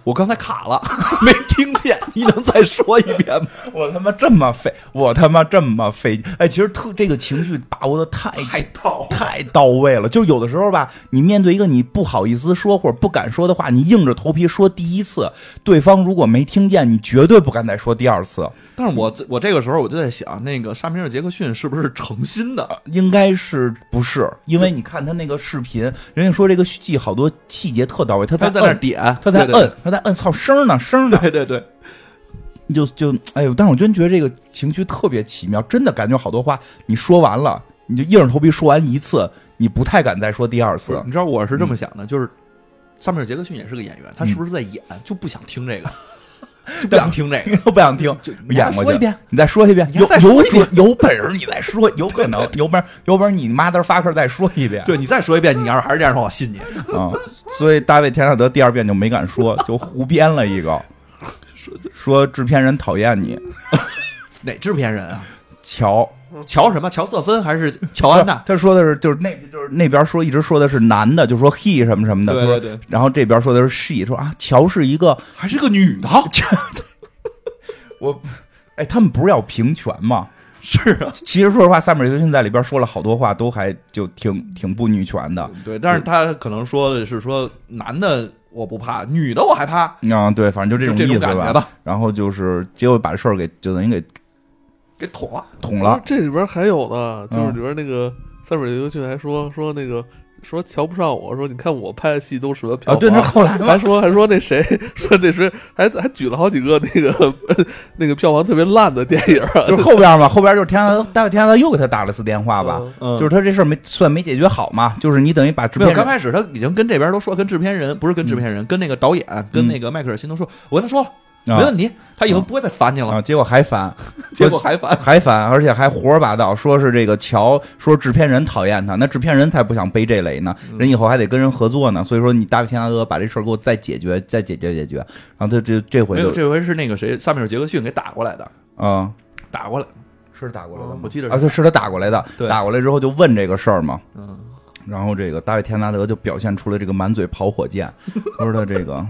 我刚才卡了， 没听见，你能再说一遍吗？我他妈这么费，我他妈这么费，哎，其实特这个情绪把握的太太到太到位了。就是有的时候吧，你面对一个你不好意思说或者不敢说的话，你硬着头皮说第一次，对方如果没听见，你绝对不敢再说第二次。 但是我我这个时候我就在想，那个沙米尔·杰克逊是不是诚心的？应该是不是？因为你看他那个视频，人家说这个戏好多细节特到位，他在他在那儿摁，点，他在对对摁，他在摁，操声儿呢，声儿呢。对对对，就就哎呦，但是我真觉得这个情绪特别奇妙，真的感觉好多话你说完了，你就硬着头皮说完一次，你不太敢再说第二不是次。你知道嗯我是这么想的，就是萨米尔·杰克逊也是个演员，他是不是在演，就不想听 这个，就不想听这个，又不想听，就你演再过去说一遍，你再说一遍，你有再有说一遍准有本事你再说，有可能有本事有本事你 motherfucker 再说一遍。对你再说一遍，你要是还是这样的话，我信你。啊，所以大卫·田纳德第二遍就没敢说，就胡编了一 个，说制片人讨厌你，哪制片人啊？乔。乔什么？乔瑟芬还是乔安娜？他说的是就是那就是那边说一直说的是男的，就说 he 什么什么的，对说对对然后这边说的是 she，说啊乔是一个还是个女的？我，哎，他们不是要平权吗？ 是啊，其实说实话，萨米尔杰克逊在里边说了好多话，都还就挺挺不女权的。 对，但是他可能说的是说男的我不怕，女的我还怕。啊，对，反正就这就这意种思感觉吧吧。然后就是结果把事儿给就等于给给捅了，捅了。 这里边还有呢，就是嗯里边那个塞尔杰克逊还说说那个说瞧不上我，说你看我拍的戏都什么票嗯房。啊，对，那后来嘛还说还说那谁 说那谁还还举了好几个那个 那个票房特别烂的电影啊，就是后边嘛，后边就是天安大卫天安又给他打了次电 话吧，嗯就是他这事儿没算没解决好嘛，就是你等于把制没片有。刚人开始他已经跟这边都说，跟制片人不是跟制片人，跟那个导演，跟那个迈克尔辛都说，我跟他说了，没问题，他以后不会再烦你了。啊啊，结果还烦，啊结果还烦， 还烦，而且还胡说八道，说是这个乔，说制片人讨厌他，那制片人才不想背这雷呢，嗯人以后还得跟人合作呢。所以说，你大卫·天安德把这事儿给我再解决，再解决解决。然后他这这回没有，就这回是那个谁，萨米尔杰克逊给打过来的，啊，打过来，是打过来的吗我记得是啊，对，是他打过来的。对打过来之后就问这个事儿嘛，嗯，然后这个大卫·天安德就表现出了这个满嘴跑火箭，说他这个，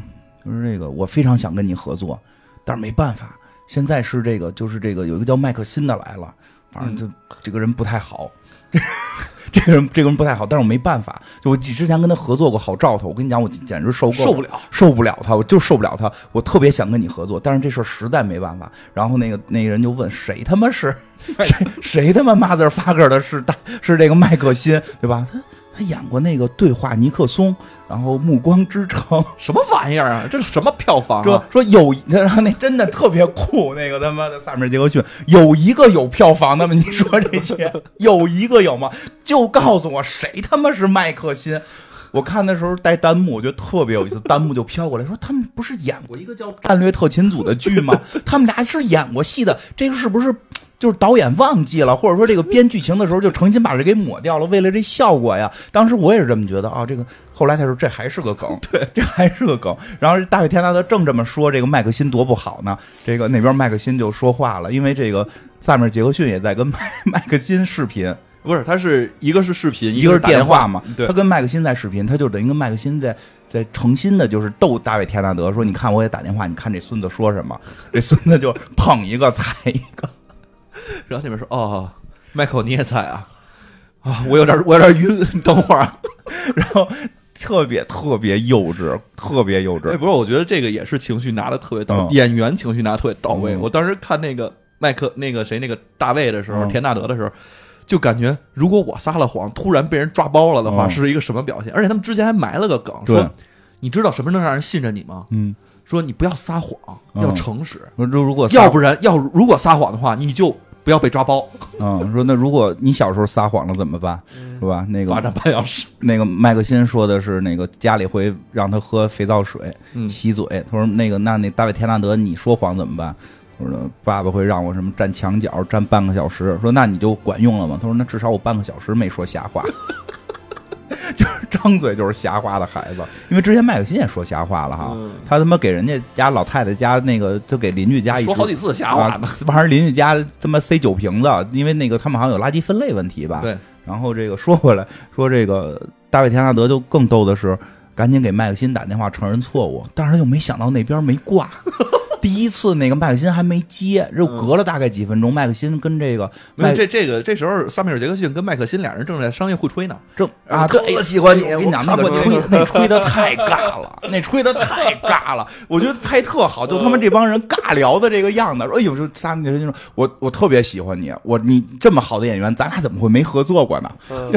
就是这个，我非常想跟你合作，但是没办法，现在是这个，就是这个有一个叫麦克辛的来了，反正就、这个人不太好。 这个人这个人不太好，但是我没办法。就我之前跟他合作过好兆头，我跟你讲，我简直受够受不了，受不了他，我就受不了他。我特别想跟你合作，但是这事儿实在没办法。然后那个那个人就问谁他妈是谁谁他妈 motherfucker 的是大是这个麦克辛对吧？他他演过那个对话尼克松，然后《暮光之城》什么玩意儿啊？这是什么票房说啊？说有，然后那真的特别酷，那个他妈的萨米尔杰克逊有一个有票房的吗？你说这些有一个有吗？就告诉我谁他妈是麦克辛。我看的时候带弹幕，我觉得特别有意思。弹幕就飘过来说：“他们不是演过一个叫《战略特勤组》的剧吗？他们俩是演过戏的，这个是不是就是导演忘记了，或者说这个编剧情的时候就诚心把这给抹掉了，为了这效果呀？当时我也是这么觉得啊。这个后来他说这还是个梗，对，这还是个梗。然后大卫·天纳德正这么说，这个麦克辛多不好呢。这个那边麦克辛就说话了，因为这个萨米尔·杰克逊也在跟麦麦克辛视频，不是，他是一个是视频，一个个是是打电电话嘛，对他，跟麦克辛在视频，他就等于跟麦克辛在在诚心的，就是逗大卫·田纳德说：“你看我也打电话，你看这孙子说什么？”这孙子就捧一个踩一个，然后那边说哦，迈克你也在啊。啊，我有点，我有点晕。 你等会儿啊， 然后特别特别幼稚，特别幼哎，稚。不是，我觉得这个也是情绪拿的特别到，嗯演员情绪拿的特别到位。嗯我当时看那个麦克，那个谁，那个大卫的时候，嗯田纳德的时候，就感觉如果我撒了谎，突然被人抓包了的话，嗯是一个什么表现？而且他们之前还埋了个梗，对说你知道什么能让人信任你吗？嗯，说你不要撒谎，嗯要诚实，说如果撒要不然要如果撒谎的话，你就不要被抓包，嗯，说那如果你小时候撒谎了怎么办？是吧？那罚个站半小时。那个麦克辛说的是那个家里会让他喝肥皂水嗯洗嘴，他说那个那那大卫·田纳德你说谎怎么办？我说爸爸会让我什么站墙角站 半个小时，说那你就管用了吗？他说那至少我半个小时没说瞎话。就是张嘴就是瞎话的孩子。因为之前麦可欣也说瞎话了哈，嗯他他妈给人家家老太太家那个，就给邻居家一说直好几次瞎话呢啊。完事儿邻居家他妈塞酒瓶子，因为那个他们好像有垃圾分类问题吧？对。然后这个说回来， 说这个大卫·田纳德就更逗的是，赶紧给麦克辛打电话承认错误，但是他就没想到那边没挂。 第一次那个麦克辛还没接，又隔了大概几分钟，麦克辛跟这个没麦有这这个这时候，萨米尔杰克逊跟麦克辛俩人正在商业互吹呢。正我啊，特对喜欢你哎我跟你讲，那我看个过吹那吹的太尬了，那吹的太尬了，我觉得拍特好，就他们这帮人尬聊的这个样子。说哎呦，就仨女人就说，我我特别喜欢你，我你这么好的演员，咱俩怎么会没合作过呢？嗯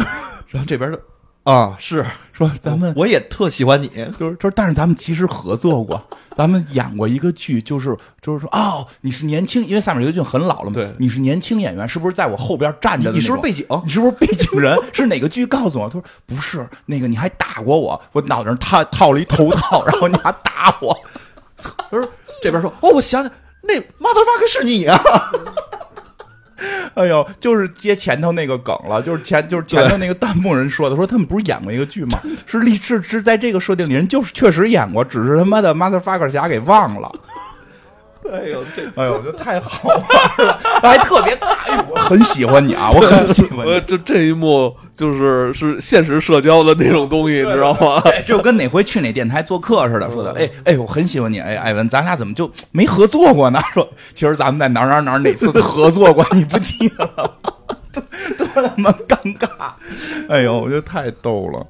然后这边的啊，是说咱们我也特喜欢你，就是就是，但是咱们其实合作过，咱们演过一个剧，就是就是说，哦，你是年轻，因为萨米尔·杰克逊很老了嘛，对你是年轻演员，是不是在我后边站着你的你是不那种是背景？你是不是背景人？是哪个剧？告诉我。他说不是，那个你还打过我，我脑袋上套套了一头套，然后你还打我。他说这边说哦，我想起那 motherfucker 是你啊，哎呦，就是接前头那个梗了，就是前就是前头那个弹幕人说的，说他们不是演过一个剧吗？是历是是在这个设定里，人就是确实演过，只是他妈的 motherfucker 侠给忘了。哎呦这。哎呦，我觉得太好玩了，还特别大。哎呦，我很喜欢你啊，我很喜欢呃，你。这这一幕就是是现实社交的那种东西，你知道 吗？对就跟哪回去哪电台做客似的，说的，哎哎，我很喜欢你，哎艾文，咱俩怎么就没合作过呢？说其实咱们在哪儿哪儿哪儿哪次合作过，你不记得了吗？多多他妈尴尬！哎呦，我觉得太逗了。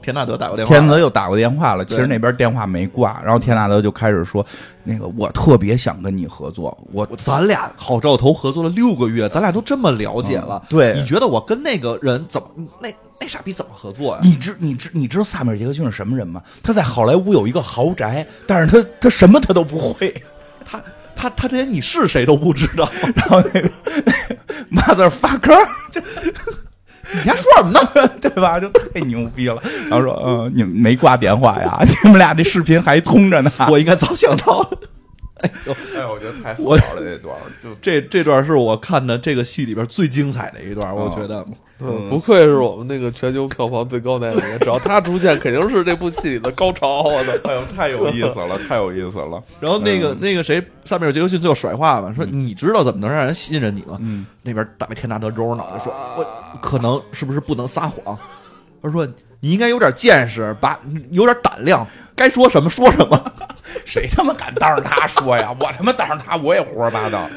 田纳德打过电话，田纳德又打过电话了，其实对那边电话没挂，然后田纳德就开始说，那个我特别想跟你合作，我咱俩好兆头合作了六个月，咱俩都这么了解了嗯，对你觉得我跟那个人怎么那那傻逼怎么合作呀、你知你知你知道萨米尔杰克逊是什么人吗？他在好莱坞有一个豪宅，但是他他什么他都不会。 他他他连你是谁都不知道，然后那个 motherfucker，就 你还说什么呢？对吧？就太牛逼了。然后说，呃，你们没挂电话呀？ 你们俩这视频还通着呢。 我应该早想到了。哎呦，哎，我觉得太我笑了这段，就这这段是我看的这个戏里边最精彩的一段，哦我觉得。嗯不愧是我们那个全球票房最高的演员，只要他出现，肯定是这部戏里的高潮。我的，哎呦，太有意思了，太有意思了。然后那个、嗯那个谁，萨米尔杰克逊最后甩话嘛，说你知道怎么能让人信任你吗？嗯，啊那边大卫天纳德揉着脑袋说，我可能是不是不能撒谎？他说你应该有点见识，把有点胆量，该说什么说 什么。谁他妈敢当着他说呀？我他妈当着他我也胡说八道。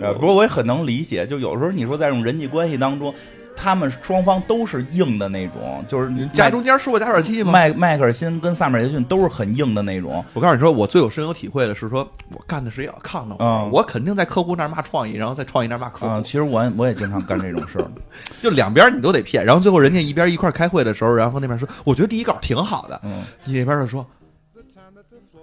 呃不过我也很能理解，就有时候你说在这种人际关系当中，他们双方都是硬的那种，就是你夹中间说过加点气吗？麦麦克尔辛跟萨米尔杰克逊都是很硬的那种。我告诉你说，我最有深有体会的是说，我干的是要抗的，嗯我肯定在客户那儿骂创意，然后在创意那儿骂客户，啊、其实我也我也经常干这种事儿，就两边你都得骗。然后最后人家一边一块儿开会的时候，然后那边说，我觉得第一稿挺好的，嗯，你那边就说，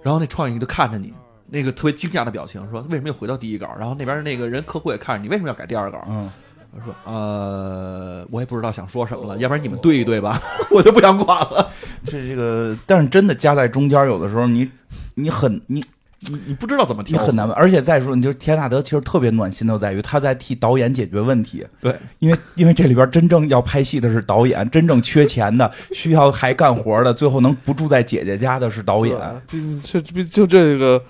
然后那创意就看着你，那个特别惊讶的表情，说为什么又回到第一稿？然后那边那个人客户也看着你，为什么要改第二稿？嗯，我说呃，我也不知道想说什么了，要不然你们对一对吧， 我就不想管了。这这个，但是真的夹在中间儿，有的时候你你很你你你不知道怎么你调，很难，而且再说，你就是田纳德其实特别暖心的在于他在替导演解决问题，对。因为因为这里边真正要拍戏的是导演，真正缺钱的需要还干活的，最后能不住在姐姐家的是导演。毕这这就这个。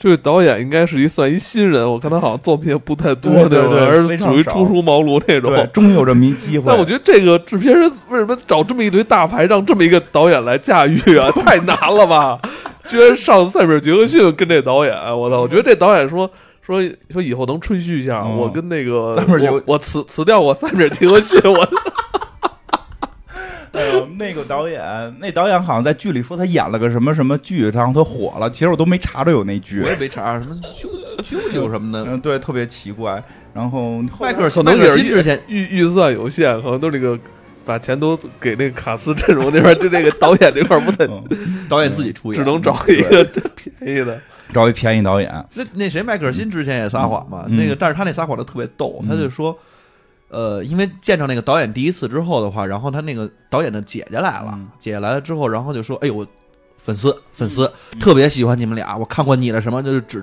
这个导演应该是一算一新人，我看他好像作品也不太多，对对吧对而非是常属于少初出茅庐那种。对，终于有这么一机会。但我觉得这个制片人为什么找这么一堆大牌，让这么一个导演来驾驭啊？太难了吧！居然上塞米尔·杰克逊跟这导演，我操！我觉得这导演说说说以后能吹嘘一下，嗯我跟那个塞米尔杰克我我辞辞掉我塞米尔·杰克逊，我哎呦，那个导演，那导演好像在剧里说他演了个什么什么剧，然后他火了。其实我都没查着有那剧我。也没查什么舅舅舅什么的，嗯，对，特别奇怪。然后迈克尔可麦能克也尔是辛之前预预预算有限，可能都这个把钱都给那个卡斯阵容那边，就这个 导演这块不太，嗯导演自己出演，嗯只能找一个这便宜的。找一便宜导演，那那谁，迈克尔辛之前也撒谎嘛，嗯那个，但是他那撒谎的特别逗，嗯他就说，呃，因为见着那个导演第一次之后的话，然后他那个导演的姐姐来了，嗯姐姐来了之后，然嗯后就说，哎呦，我粉丝粉丝特别喜欢你们俩，我看过你的什么，就是指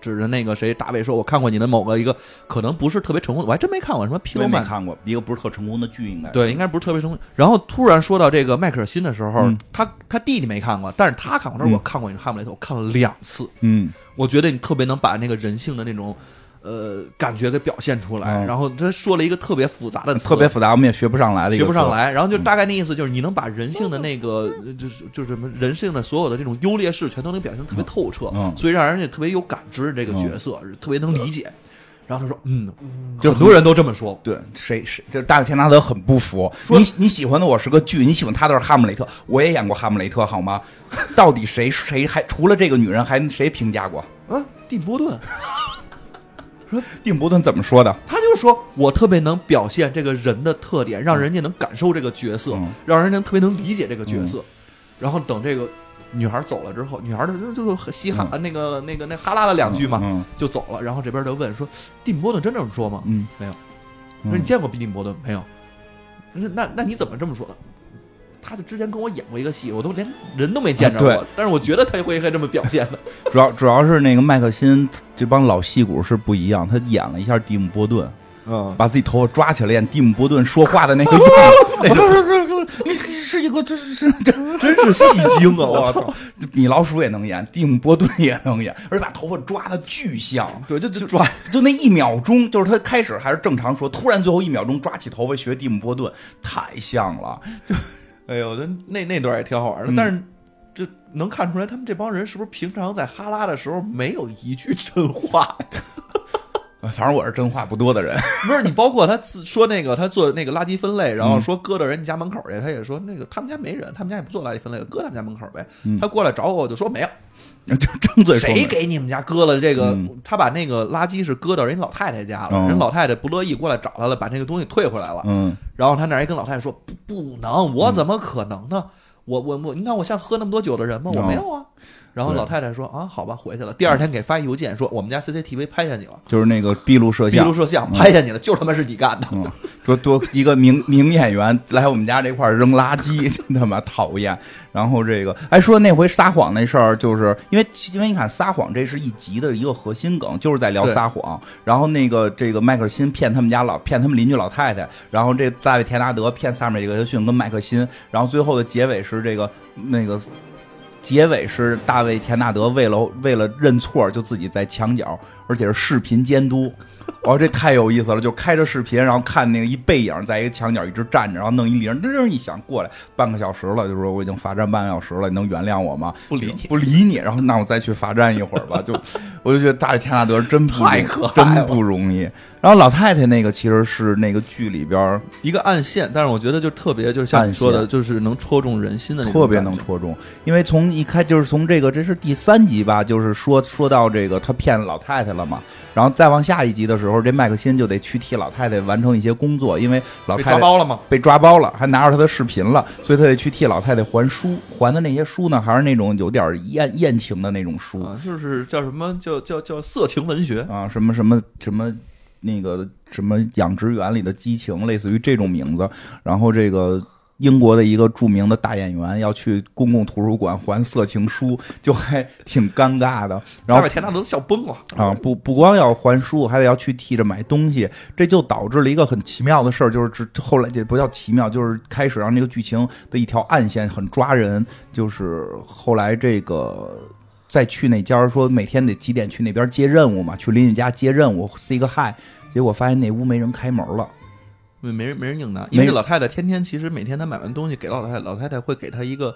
指着那个谁大卫说：“我看过你的某个一个可能不是特别成功的，我还真没看过什么我披也罗没曼。”看过一个不是特成功的剧，应该对，应该不是特别成功。然后突然说到这个迈克尔辛的时候，嗯他他弟弟没看过，但是他看过。他说嗯我看过你的《哈姆雷特》，我看了两次。嗯，我觉得你特别能把那个人性的那种呃感觉给表现出来。嗯然后他说了一个特别复杂的词，特别复杂，我们也学不上来的一学个不上词。嗯来。然后就大概那意思就是，你能把人性的那个，呃就是就是什么人性的所有的这种优劣势，全都能表现得特别透彻，嗯所以让人也特别有感知这个角色，特别能理解。然后他说，嗯，就很多人都这么说。对，谁谁就是大卫·田纳德很不服。说你你喜欢的我是个剧，你喜欢他的是《哈姆雷特》，我也演过《哈姆雷特》，好吗？到底谁谁还除了这个女人还谁评价过？啊，蒂姆波顿，定伯顿怎么说的？他就说我特别能表现这个人的特点，让人家能感受这个角色，嗯让人能特别能理解这个角色。然后等这个女孩走了之后，女孩儿就就就嘻哈、嗯那个那个那哈拉了两句嘛，嗯就走了。然后这边就问说，蒂姆波顿真这么说吗？嗯，没有嗯说你见过比利摩顿没有？那那那你怎么这么说的？他就之前跟我演过一个戏，我都连人都没见着过，啊对但是我觉得他会会这么表现 的。主要主要是那个麦克辛这帮老戏骨是不一样，他演了一下蒂姆·波顿， 嗯，把自己头发抓起来演蒂姆·波顿说话的那个样子哎 那种。你是一个这是是这真是戏精啊！我我操！米老鼠也能演，蒂姆·波顿也能演，而且把头发抓的巨像。对，就就抓就那一秒钟，就是他开始还是正常说，突然最后一秒钟抓起头发学蒂姆·波顿，太像了。哎呦，那那那段也挺好玩的，嗯但是这能看出来，他们这帮人是不是平常在哈拉的时候没有一句真 话？反正我是真话不多的人， 不是你，包括他自说那个，他做那个垃圾分类，然嗯后说搁到人家门口去，他也说那个他们家没人，他们家也不做垃圾分类，搁他们家门口呗。他过来找我，我就说没有，就张嘴嗯说谁给你们家搁了这个？嗯他把那个垃圾是搁到人老太太家了，嗯人老太太不乐意过来找他了，把那个东西退回来了。嗯然后他那儿一跟老太太说：“不，不能，我怎么可能呢？我我我，你看我像喝那么多酒的人吗？我嗯没有啊。”然后老太太说：“啊，好吧，回去了。”第二天给发一邮件说：“我们家 CCTV 拍下你了，就是那个闭路摄闭像路。摄像拍下你了，就他妈是你干的。嗯，多多一个名名演员来我们家这块儿扔垃圾， 真他妈讨厌。然后这个，哎，说那回撒谎那事儿，就是因为因为你看撒谎这是一集的一个核心梗，就是在聊对撒谎。然后那个这个迈克辛骗他们家老骗他们邻居老太太，然后这大卫田纳德骗萨米尔杰克逊跟麦克辛，然后最后的结尾是这个那个结尾是大卫·田纳德为了为了认错，就自己在墙角，而且是视频监督。 哦，这太有意思了！就开着视频，然后看那个一背影在一个墙角一直站着，然后弄一铃，噔一响过来，半个小时了，就说我已经罚站半个小时了，你能原谅我吗？不理你不理你。然后那我再去罚站一会儿吧。就我就觉得大卫·田纳德真不容易太可爱了真不容易。然后老太太那个其实是那个剧里边儿一个暗线，但是我觉得就特别，就是像你说暗的，线就是能戳中人心的那种特别感觉能戳中，因为从一开就是从这个这是第三集吧，就是说说到这个他骗老太太了嘛，然后再往下一集的时候，这麦克辛就得去替老太太完成一些工作，因为老被太抓太包了吗？被抓包了，还拿着他的视频了，所以他得去替老太太还书，还的那些书呢，还是那种有点艳艳情的那种书啊，就是叫什么叫叫叫色情文学。啊，什么什么什么那个什么养殖园里的激情，类似于这种名字。然后这个英国的一个著名的大演员要去公共图书馆还色情书，就还挺尴尬的。然大后卫田纳德都笑崩了。啊，不不光要还书，还得要去替着买东西，这就导致了一个很奇妙的事儿，就是这后来这不叫奇妙，就是开始让这个剧情的一条暗线很抓人，就是后来这个。再去那家儿说每天得几点去那边接任务嘛，去邻居家接任务，say 个 hi，结果发现那屋没人开门了，没嗯没人没人应答，因为没这老太太天天其实每天她买完东西给老太太，老太太会给她一个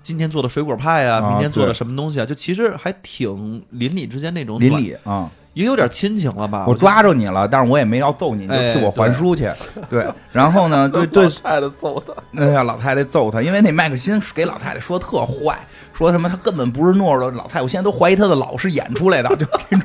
今天做的水果派啊，啊明天做的什么东西啊，就其实还挺邻里之间那种邻暖里啊，也有点亲情了吧？我我抓着你了，但是我也没要揍你，你就替我啊哎对还书去，对，然后呢，对对，太太揍他，哎呀，老太太揍他，因为那麦克辛给老太太说特坏，说什么他根本不是懦弱的老太太，我现在都怀疑他的老是演出来的，就这种，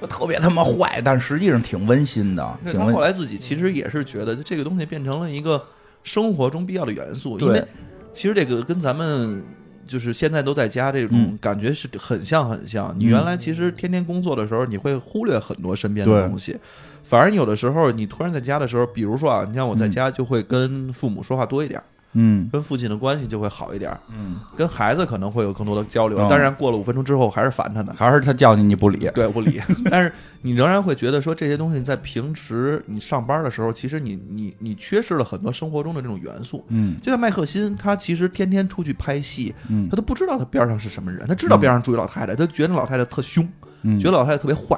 就特别他妈坏，但实际上挺温馨的，觉得挺她后温。来自己其实也是觉得这个东西变成了一个生活中必要的元素，因对为其实这个跟咱们。就是现在都在家这种嗯感觉是很像很像。你嗯原来其实天天工作的时候，你会忽略很多身边的对东西，反而有的时候你突然在家的时候，比如说啊，你像我在家就会跟父母说话多一点，嗯跟父亲的关系就会好一点儿，嗯，跟孩子可能会有更多的交流嗯。当然，过了五分钟之后还是烦 他的，还是他叫你你不理，对，不理。 但是你仍然会觉得说这些东西在平时你上班的时候，其实你你你缺失了很多生活中的这种元素。嗯就像麦克辛，他其实天天出去拍戏，嗯他都不知道他边上是什么人，他知道边上住一老太太，他觉得那老太太特凶，嗯，觉得老太太特别坏。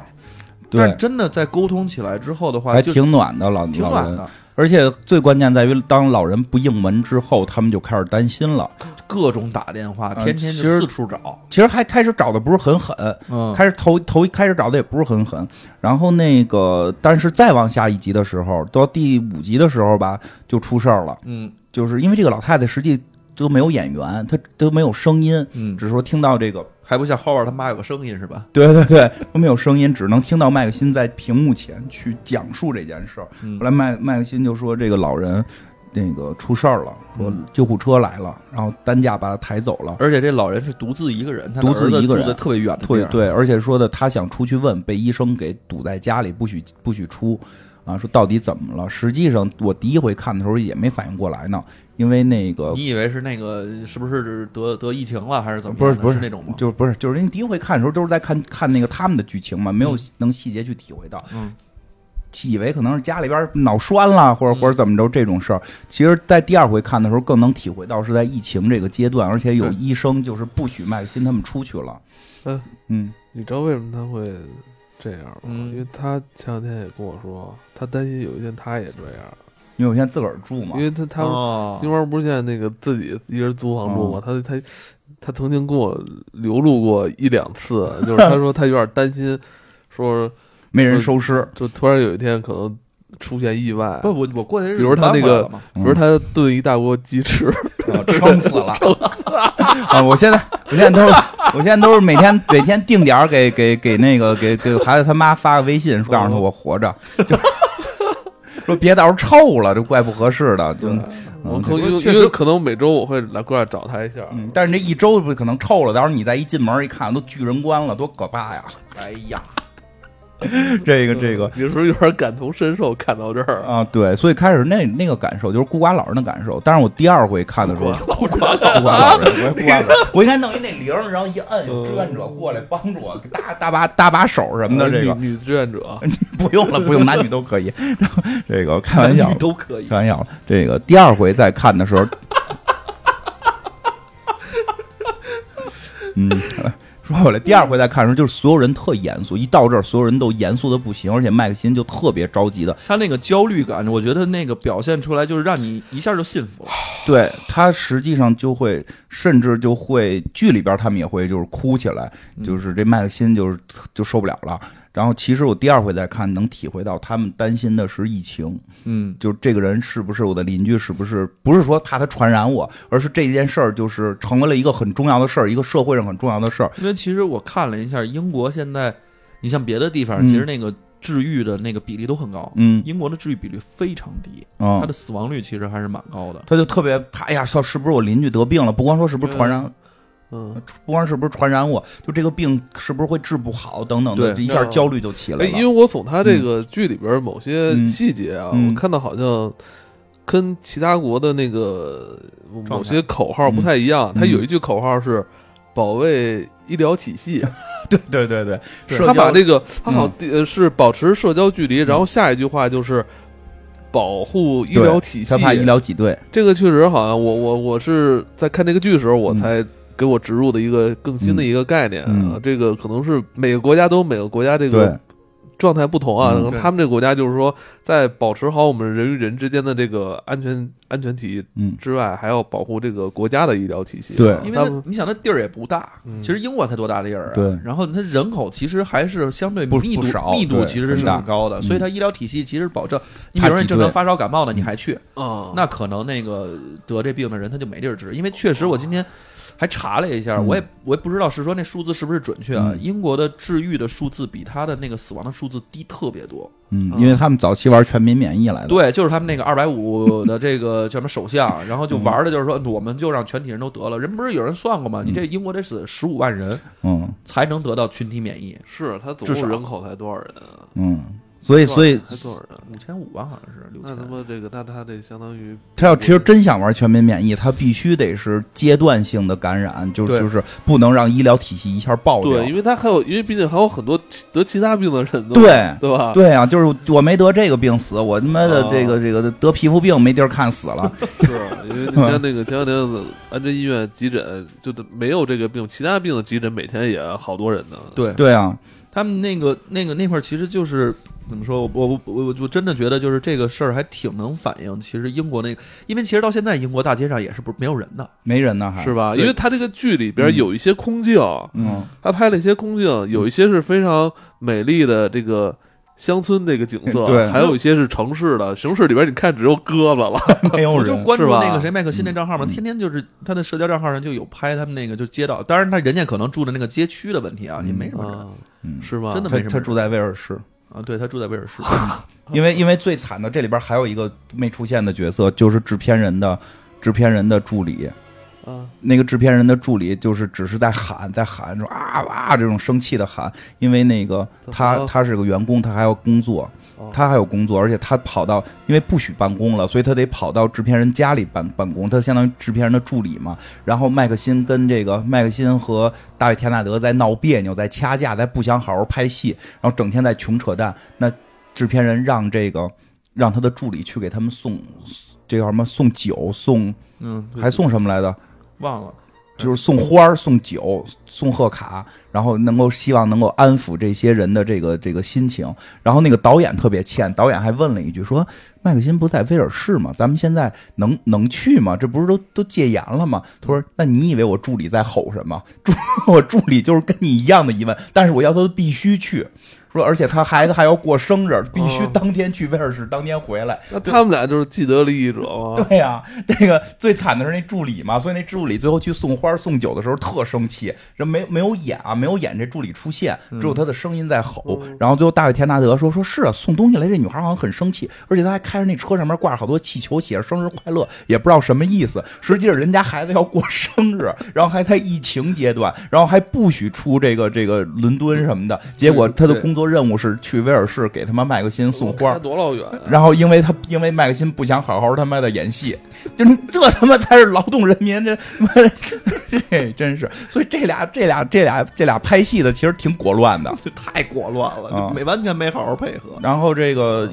但是对，真的在沟通起来之后的话，还就挺暖的老挺老暖人的，而且最关键在于，当老人不应门之后，他们就开始担心了。各种打电话，嗯天天其就实四处找。其实还开始找的不是很狠，嗯，开始头头一开始找的也不是很狠。然后那个，但是再往下一集的时候，到第五集的时候吧，就出事儿了，嗯就是因为这个老太太实际都没有演员，她都没有声音，嗯，只是说听到这 个，还不像 Howard 他妈有个声音是吧？对对对，都没有声音，只能听到麦克辛在屏幕前去讲述这件事儿。嗯后来麦麦克辛就说这个老人那个出事儿了，说嗯救护车来了，然后担架把他抬走了。而且这老人是独自一个人，他的独自儿子一个住人的特别远的地对儿，对，而且说的他想出去问，被医生给堵在家里，不许不许出，啊，说到底怎么了？实际上我第一回看的时候也没反应过来呢，因为那个你以为是那个是不是得得疫情了还是怎么样的？不是不是是那种吗？就是不是就是因为第一回看的时候都是在看看那个他们的剧情嘛，没有能细节去体会到，嗯，以为可能是家里边脑栓了或者嗯或者怎么着这种事儿，其实，在第二回看的时候更能体会到是在疫情这个阶段，而且有对医生就是不许麦克辛他们出去了，嗯嗯你知道为什么他会这样吗？嗯因为他前两天也跟我说，他担心有一天他也这样，因为我现在自个儿住嘛因，为他他们哦金花不是现在那个自己一人租房住嘛，他他他曾经跟我流露过一两次，就是他说他有点担心，说没嗯人收尸，就突然有一天可能出现意 外，不，我我过去，比如他那个比如嗯他炖一大锅鸡翅， 我撑死了，啊！我现在我现在都是我现在都是每天每天定点儿给给给那个给给孩子他妈发个微信，说告诉他我活着，就 说别到时候臭了，这怪不合适的。就我嗯可能这个因为确因实为可能每周我会来过来找他一下，嗯，但是你这一周不可能臭了，到时候你再一进门一看，都巨人观了，多可怕呀！哎呀， 这个这个有时候有点感同身受，看到这儿啊，啊，对，所以开始那那个感受就是孤寡老人的感受。但是我第二回看的时候，孤寡 老人，我也孤寡老人，我应该弄一那铃儿，然后一摁，有志愿者过来帮助我， 搭搭把搭把手什么的。这个女女志愿者， 不用了，不用，男女都可以。 这个开玩笑你，都可以开。玩笑了。这个第二回再看的时候， 嗯，说回来，第二回再看的时候，就是所有人特严肃，一到这儿，所有人都严肃的不行，而且麦克辛就特别着急的，他那个焦虑感，我觉得那个表现出来，就是让你一下就信服了。对他实际上就会，甚至就会剧里边他们也会就是哭起来，就是这麦克辛就是就受不了了。然后其实我第二回再看，能体会到他们担心的是疫情，嗯，就是这个人是不是我的邻居，是不是不是说怕他传染我，而是这件事儿就是成为了一个很重要的事儿，一个社会上很重要的事儿。因为其实我看了一下，英国现在，你像别的地方，嗯其实那个治愈的那个比例都很高，嗯英国的治愈比率非常低，它嗯的，死亡率其实还是蛮高的。他就特别怕，哎呀，操，是不是我邻居得病了？不光说是不是传染，嗯，不光是不是传染我，就这个病是不是会治不好等等的，这对一下嗯焦虑就起来哎，了。因为我从他这个剧里边某些嗯细节啊，嗯我看到好像跟其他国的那个状态某些口号不太一样，嗯他有一句口号是保卫医疗体系， 对对对，对社他交嗯把这个他好像呃是保持社交距离，然后下一句话就是。保护医疗体系，他怕医疗挤兑，这个确实好像我我我是在看这个剧的时候，我嗯才给我植入的一个更新的一个概念啊。嗯这个可能是每个国家都有每个国家这个状态不同啊，嗯可能对他们这个国家就是说，在保持好我们人与人之间的这个安全安全体嗯之外，还要保护这个国家的医疗体系啊。对因为他那们你想，那地儿也不大，嗯其实英国才多大地儿啊？对然后它人口其实还是相对不密度不少密度对其实很是大很高的，嗯所以它医疗体系其实保证。你比怕嗯如挤说你正常兑发烧感冒呢，你还去，啊，那可能那个得这病的人他就没地儿治，因为确实我今天还查了一下，嗯我也我也不知道是说那数字是不是准确啊。嗯英国的治愈的数字比他的那个死亡的数字低特别多。嗯，因为他们早期玩全民免疫来的，对，就是他们那个二百五的这个叫什么首相，然后就玩的就是说，嗯我们就让全体人都得了。人不是有人算过吗？你这英国得死十五万人嗯才能得到群体免疫。是他总至共少人口才多少人啊？嗯，所以所以才多少人？啊五千五吧，好像是六那千他。妈这个，那他这相当于他要其实真想玩全民免疫，他必须得是阶段性的感染，就对就是不能让医疗体系一下爆掉。对，因为他还有，因为毕竟还有很多其得其他病的人呢，对对吧？对啊，就是我没得这个病死，我他妈的哦这个这个得皮肤病没地儿看死了。是因为你看那个前两天安贞医院急诊，就没有这个病，其他病的急诊每天也好多人呢。对对啊，他们那个那个那块儿其实就是怎么说，我我我我我真的觉得就是这个事儿还挺能反映，其实英国那个，因为其实到现在英国大街上也是不没有人的，没人呢还是吧？对因为他这个剧里边有一些空镜，嗯，他拍了一些空镜，有一些是非常美丽的这个乡村这个景色，嗯 对还有一些是城市的。城市里边你看只有胳膊了， 没有我就人。关注是吧那个谁麦克辛那账号嘛，嗯天天就是他的社交账号上就有拍他们那个就街道，当然他人家可能住的那个街区的问题啊，也没什么人啊，嗯是吧？真的他没什么他住在威尔士，啊。对他住在威 尔士，因为因为最惨的这里边还有一个没出现的角色，就是制片人的制片人的助理。啊，那个制片人的助理就是只是在喊，在喊说啊啊这种生气的喊，因为那个怎么他了他是个员工，他还要工作哦，他还有工作，而且他跑到因为不许办公了，所以他得跑到制片人家里办办公，他相当于制片人的助理嘛。然后麦克辛跟这个麦克辛和大卫田纳德在闹别扭，在掐架，在不想好好拍戏，然后整天在穷扯淡。那制片人让这个让他的助理去给他们送。这叫什么？送酒，送嗯，对还送什么来着？忘了，就是送花儿、送酒、送贺卡，然后能够希望能够安抚这些人的这个这个心情。然后那个导演特别欠，导演还问了一句说：“麦克辛不在威尔士吗？咱们现在能能去吗？这不是都都戒严了吗？”他说：“那你以为我助理在吼什么？助 我助理就是跟你一样的疑问，但是我要求他必须去。”说，而且他孩子还要过生日，必须哦当天去威尔士，当天回来。那他们俩就是既得利益 者嘛。对呀、这个最惨的是那助理嘛，所以那助理最后去送花送酒的时候特生气，人没没有演啊，没有演这助理出现，只嗯有他的声音在哦吼。然后最后大卫田纳德说说是啊，送东西来这女孩好像很生气，而且她还开着那车上面挂着好多气球，写着生日快乐，也不知道什么意思。实际上人家孩子要过生日，然后还在疫情阶段，然后还不许出这个这个伦敦什么的。结果他的对工作任务是去威尔士给他们麦克辛送花开，多老远啊，然后因为他因为麦克辛不想好好他妈的演戏，就是这他妈才是劳动人民，这 他妈的这真是，所以这俩这俩这俩这俩拍戏的其实挺果乱的。这太果乱了，啊就没完全没好好配合。然后这个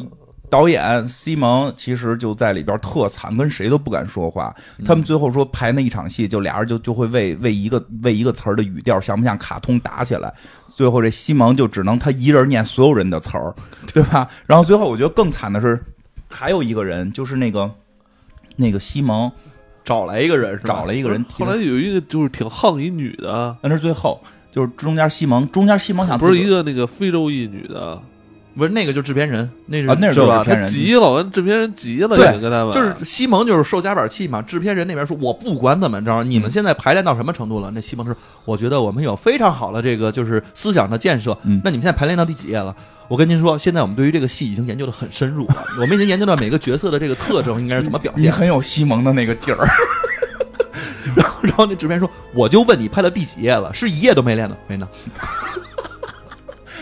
导演西蒙其实就在里边特惨，跟谁都不敢说话。他们最后说排那一场戏，就俩人就就会为为一个为一个词儿的语调像不像卡通打起来。最后这西蒙就只能他一人念所有人的词儿，对吧？然后最后我觉得更惨的是，还有一个人就是那个那个西蒙找来一个人是吧，找了一个人 替后来他，有一个就是挺横一女的，但是最后就是中间西蒙中间西蒙想不是自一个个那个非洲裔女的，不是那个就制片人，那是啊那是是就吧？制片他人急了，完制片人急了，对已经跟他们就是西蒙就是受夹板气嘛，制片人那边说我不管怎么着，你们现在排练到什么程度了？那西蒙说，我觉得我们有非常好的这个就是思想的建设。嗯那你们现在排练到第几页了？我跟您说，现在我们对于这个戏已经研究的很深入了，我们已经研究到每个角色的这个特征应该是怎么表 你现。很有西蒙的那个劲儿，然后， 然后那制片人说，我就问你拍到第几页了，是一页都没练呢，没呢。。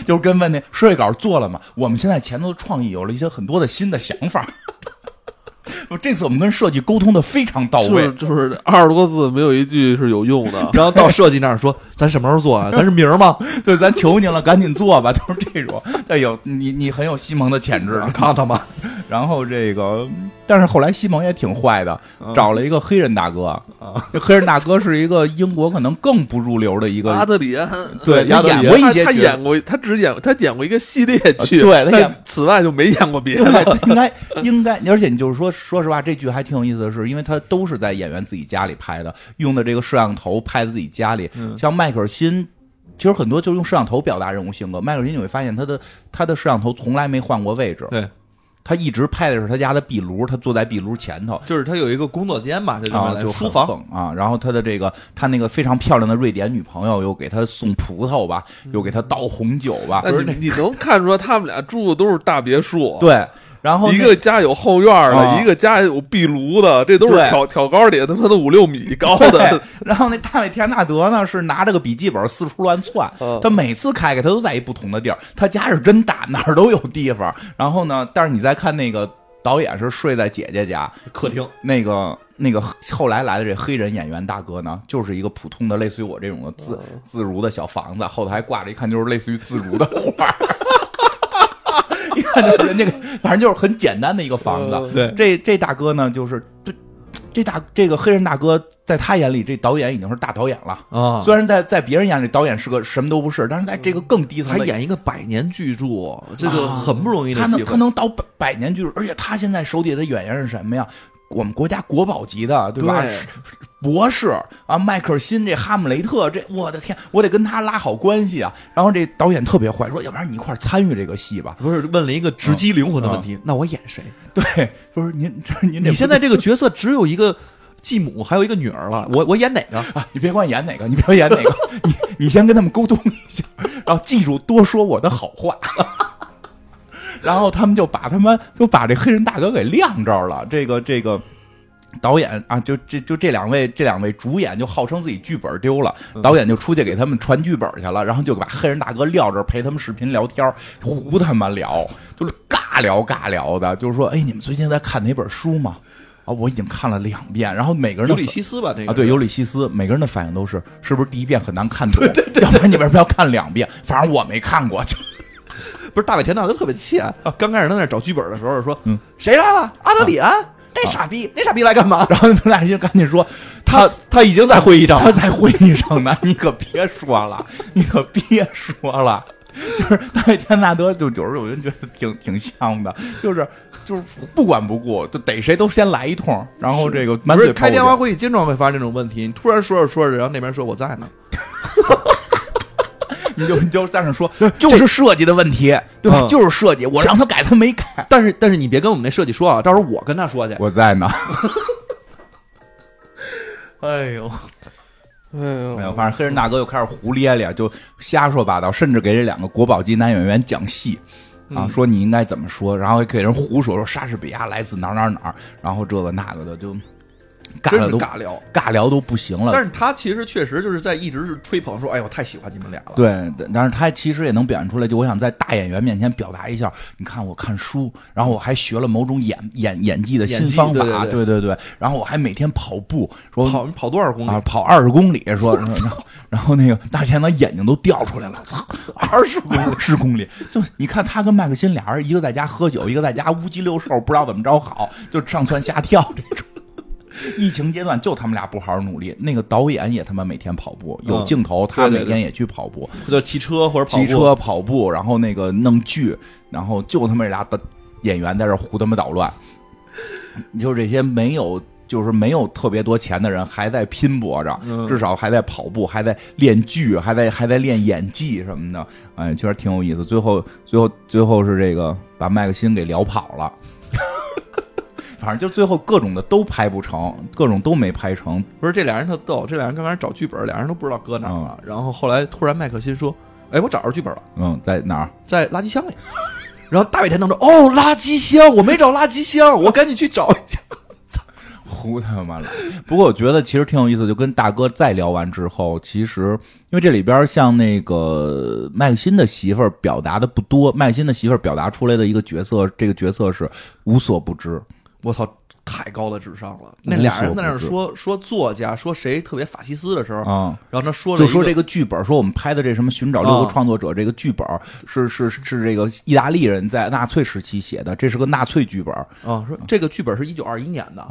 就是跟问那设计稿做了吗？我们现在前头的创意有了一些很多的新的想法。 我这次我们跟设计沟通的非常到就是位，就是二十多个字没有一句是有用的然后到设计那儿说，咱什么时候 做啊？咱是明儿吗？对，咱求您了，赶紧做吧，都是这种。哎呦，你你很有西蒙的潜质，啊看他妈，然后这个，但是后来西蒙也挺坏的，找了一个黑人大哥。嗯啊这黑人大哥是一个英国可能更不入流的一个阿德里安，对啊亚他德里演安过一些他他角演过，他只演他演过一个系列剧，啊对他演但此外就没演过别的。 对，应该应该，而且你就是说，说实话，这剧还挺有意思的是，因为它都是在演员自己家里拍的，用的这个摄像头拍自己家里。嗯像迈克尔辛，其实很多就是用摄像头表达人物性格。迈克尔辛你会发现，他的他的摄像头从来没换过位置，对，他一直拍的是他家的壁炉，他坐在壁炉前头。就是他有一个工作间吧，这里面啊，来就书很房，横啊，然后他的这个他那个非常漂亮的瑞典女朋友又给他送葡萄吧，又给他倒红酒吧，那你你能看出来他们俩住的都是大别墅，对，然后那一个家有后院儿的，啊一个家有壁炉的，这都是对挑挑高得他妈的五六米高的对，然后那大卫·提安纳德呢是拿着个笔记本四处乱窜嗯，他每次开开他都在一不同的地儿，他家是真大，哪儿都有地方。然后呢，但是你再看那个导演是睡在姐姐家客厅，那个。那个后来来的这黑人演员大哥呢，就是一个普通的类似于我这种的自嗯自如的小房子，后头还挂着一看就是类似于自如的 画儿， 一看就是人家给，反正就是很简单的一个房子。嗯 对这这大哥呢，就是这这大这个黑人大哥，在他眼里，这导演已经是大导演了。啊，嗯虽然在在别人眼里，导演是个什么都不是，但是在这个更低层他的，演一个百年巨著，这个啊很不容易的他机能他会。能导百百年巨著，而且他现在手底下的演员是什么呀？我们国家国宝级的，对吧？对是博士啊，迈克尔辛这哈姆雷特这，我的天，我得跟他拉好关系啊。然后这导演特别坏，说要不然你一块儿参与这个戏吧。不是问了一个直击灵魂的问啊题，那我演谁？对，就是您，这您这 你现在这个角色只有一个继母，还有一个女儿了，我我演哪个？啊，你别管演哪个，你别演哪个，你你先跟他们沟通一下，然后记住多说我的好话。 然后他们就把他们就把这黑人大哥给晾这儿了，这个这个。导演啊，就这就这两位，这两位主演就号称自己剧本丢了，导演就出去给他们传剧本去了，然后就把黑人大哥撂这儿陪他们视频聊天儿，胡他妈聊，就是尬聊尬聊的，就是说，哎，你们最近在看哪本书吗？啊，我已经看了两遍，然后每个人的尤里西斯吧，这个啊，对，尤里西斯，每个人的反应都是，是不是第一遍很难看 懂？要不然你为什么要看两遍？反正我没看过，就 不是大尾田大德特别欠，刚开始他在那儿找剧本的时候说嗯，谁来了？阿德里安，这傻逼，那傻逼来干嘛？然后他们俩就赶紧说，他他已经在会议上他了，在会议上呢，你可别说了，你可别说了。就是大卫·田纳德，就有时候有人觉得挺挺像的，就是就是不管不顾，就逮谁都先来一通，然后这个满不嘴是开电泡话椒会议经常会发生这种问题，你突然说着说着，然后那边说我在呢，你就你就在那说，就是设计的问题，对吧？嗯就是设计，我让他改，他没改。但是但是你别跟我们那设计说啊，到时候我跟他说去。我在呢，哎呦， 哎呦没有，反正黑人大哥又开始胡咧咧，就瞎说八道，甚至给这两个国宝级男演员讲戏。嗯啊，说你应该怎么说，然后给人胡说说莎士比亚来自哪儿哪儿哪儿，然后这个那个的就尬真了是都尬嗯聊。尬聊都不行了。但是他其实确实就是在一直是吹捧说，哎呦，我太喜欢你们俩了。对，但是他其实也能表现出来，就我想在大演员面前表达一下，你看我看书，然后我还学了某种演演演技的演新技方法，对对对对对对，然后我还每天跑步，说跑跑多少公啊里？跑二十公里，说然后然后那个大前呢眼睛都掉出来了，操，二十公里。二十公里，就你看他跟麦克辛俩人，一个在家喝酒，一个在家乌鸡六兽，不知道怎么着好，就上蹿下跳这种。疫情阶段就他们俩不好好努力，那个导演也他妈每天跑步，有嗯镜头他对对每天也去跑步，就骑车或者跑步骑车跑步，然后那个弄剧，然后就他妈这俩的演员在这胡他妈捣乱，就是这些没有。就是没有特别多钱的人还在拼搏着，嗯至少还在跑步，还在练剧，还在还在练演技什么的，哎，确实挺有意思。最后，最后，最后是这个把麦克辛给聊跑了， 反正就最后各种的都拍不成，各种都没拍成，不是这俩人特逗，这俩人刚开始找剧本，俩人都不知道搁哪儿了。然后后来突然麦克辛说：“哎，我找着剧本了，嗯，在哪儿？在垃圾箱里。” 然后大卫田当说：“哦，垃圾箱，我没找垃圾 箱，我赶紧去找一下。胡他妈了！不过我觉得其实挺有意思，就跟大哥再聊完之后，其实因为这里边像那个麦克辛的媳妇儿表达的不多，麦克辛的媳妇儿表达出来的一个角色，这个角色是无所不知。”我操，太高的智商了！无所那俩人在那儿不知说说作家，说谁特别法西斯的时候，啊、然后他嗯说了就一说个这个剧本，说我们拍的这什么《寻找六啊个创作者》这个剧本是是是这个意大利人在纳粹时期写的，这是个纳粹剧本嗯啊、啊，说这个剧本是一九二一年的。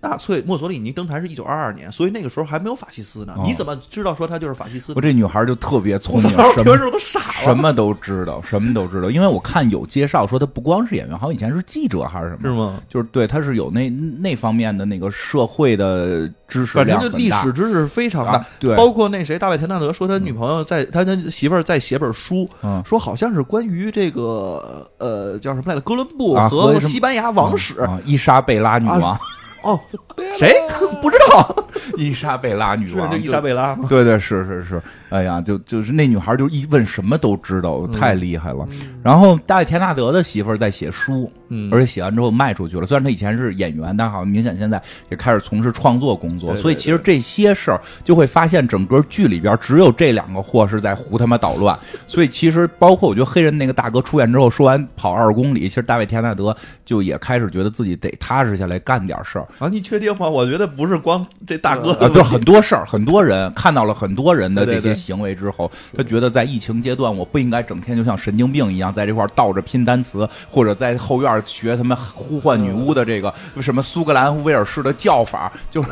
纳粹墨索里尼登台是一九二二年，所以那个时候还没有法西斯呢。哦你怎么知道说他就是法西斯呢我？这女孩就特别聪嗯我明，操！我什听么着都傻了。什么都知道，什么都知道。因为我看有介绍说，她不光是演员，好像以前是记者还是什么，是吗？就是对，她是有那那方面的那个社会的知识反量正很就大。嗯历史知识非常大，啊对包括那谁大卫田纳德说他女朋友在、他他媳妇儿在写本书，嗯说好像是关于这个呃叫什么来着，哥伦布啊和什和么嗯西班牙王室，啊，伊莎贝拉女王，哦， 谁 不知道？伊莎贝拉女是王，就伊莎贝拉吗？对对是是是，哎呀，就就是那女孩就一问什么都知道，嗯太厉害了。然后戴田纳德的媳妇儿在写书，嗯而且写完之后卖出去了。虽然她以前是演员，但好像明显现在也开始从事创作工作。对对所以其实这些事儿就会发现，整个剧里边只有这两个货是在胡他妈捣乱。所以其实包括我觉得黑人那个大哥出现之后，说完跑二公里，其实大卫·田纳德就也开始觉得自己得踏实下来干点事儿。啊，你确定吗？我觉得不是光这大哥啊，的就问是题，很多事儿，很多人看到了很多人的对这对些对行为之后，他觉得在疫情阶段，我不应该整天就像神经病一样在这块儿倒着拼单词，或者在后院儿学他们呼唤女巫的这个什么苏格兰威尔士的叫法，就是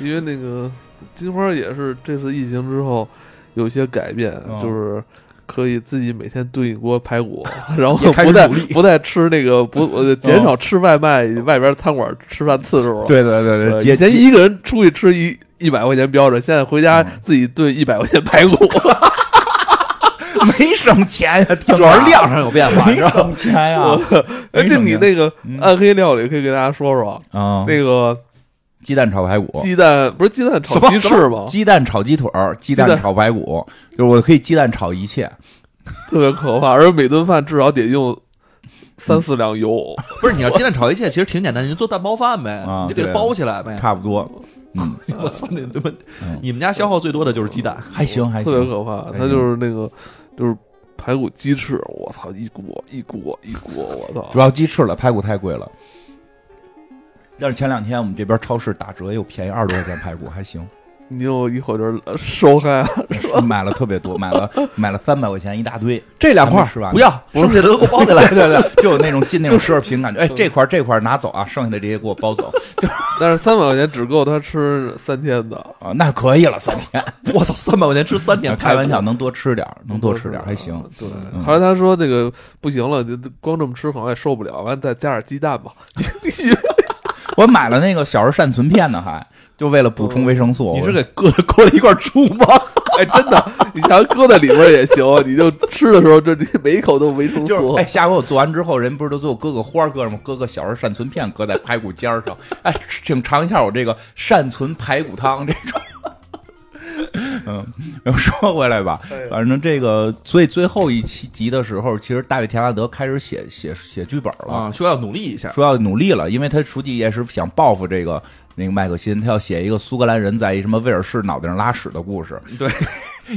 因为那个金花也是这次疫情之后有一些改变，嗯就是可以自己每天炖一锅排 骨，然后也开始不再努力不再吃那个不呃减少吃外卖，外边餐馆吃饭次数了。对对对呃，对，以节前一个人出去吃一一百块钱标准，现在回嗯家自己炖一百块钱排骨，没省钱呀， 啊主要是量上有变化，你没知道吗？省钱呀我，哎，这你那个嗯暗黑料理可以给大家说说，啊，那个鸡蛋炒排骨。鸡蛋不是鸡蛋炒什么鸡翅吗？鸡蛋炒鸡腿儿，鸡鸡蛋蛋炒排骨，就是我可以鸡蛋炒一切。特别可怕，而且每顿饭至少得用三四两油。不是，你要鸡蛋炒一切，其实挺简单，你就做蛋包饭呗，啊你就给它对包起来呗。差不多，嗯，我操，那他妈嗯，你们家消耗最多的就是鸡蛋，还行还特别行。可怕。哎它呦就是那个，就是排骨鸡翅，我操，一锅一锅一锅，我主操！要鸡翅了，排骨太贵了。但是前两天我们这边超市打折又便宜二十多块钱排骨，还 行，你又一会儿就是收嗨了， 买了特别多，买了买了三百块钱一大 堆，这两块还没吃儿完呢不要，剩下的都给我包起来。对对对，就有那种进那种奢侈品感觉，哎，这块儿这块儿拿走啊，剩下的这些给我包走但是三百块钱只够他吃三天的。啊，那可以了，三天，我操，三百块钱吃三年，开玩笑，，能多吃点儿，能多吃点儿嗯还行，对嗯，后来他说这个不行了，就光这么吃好像也受不了，完再加点鸡蛋吧。 我买了那个小儿哦善存片呢，还就为了补充维生素。你我是给搁搁了一块猪吗？哎，真的，你想搁在里边也行，啊你就吃的时候，这这每一口都有维生就是素哎，。下回我做完之后，人不是都最后搁个花儿搁上吗？搁个小儿善存片，搁在排骨尖儿上。哎，请尝一下我这个善存排骨汤这种。嗯，然后说回来吧，反正这个，所以最后一期集的时候，其实大卫·田拉德开始写写写剧本了，啊，需要努力一下。说要努力了，因为他实际也是想报复这个那个麦克辛，他要写一个苏格兰人在一什么威尔士脑袋上拉屎的故事。对，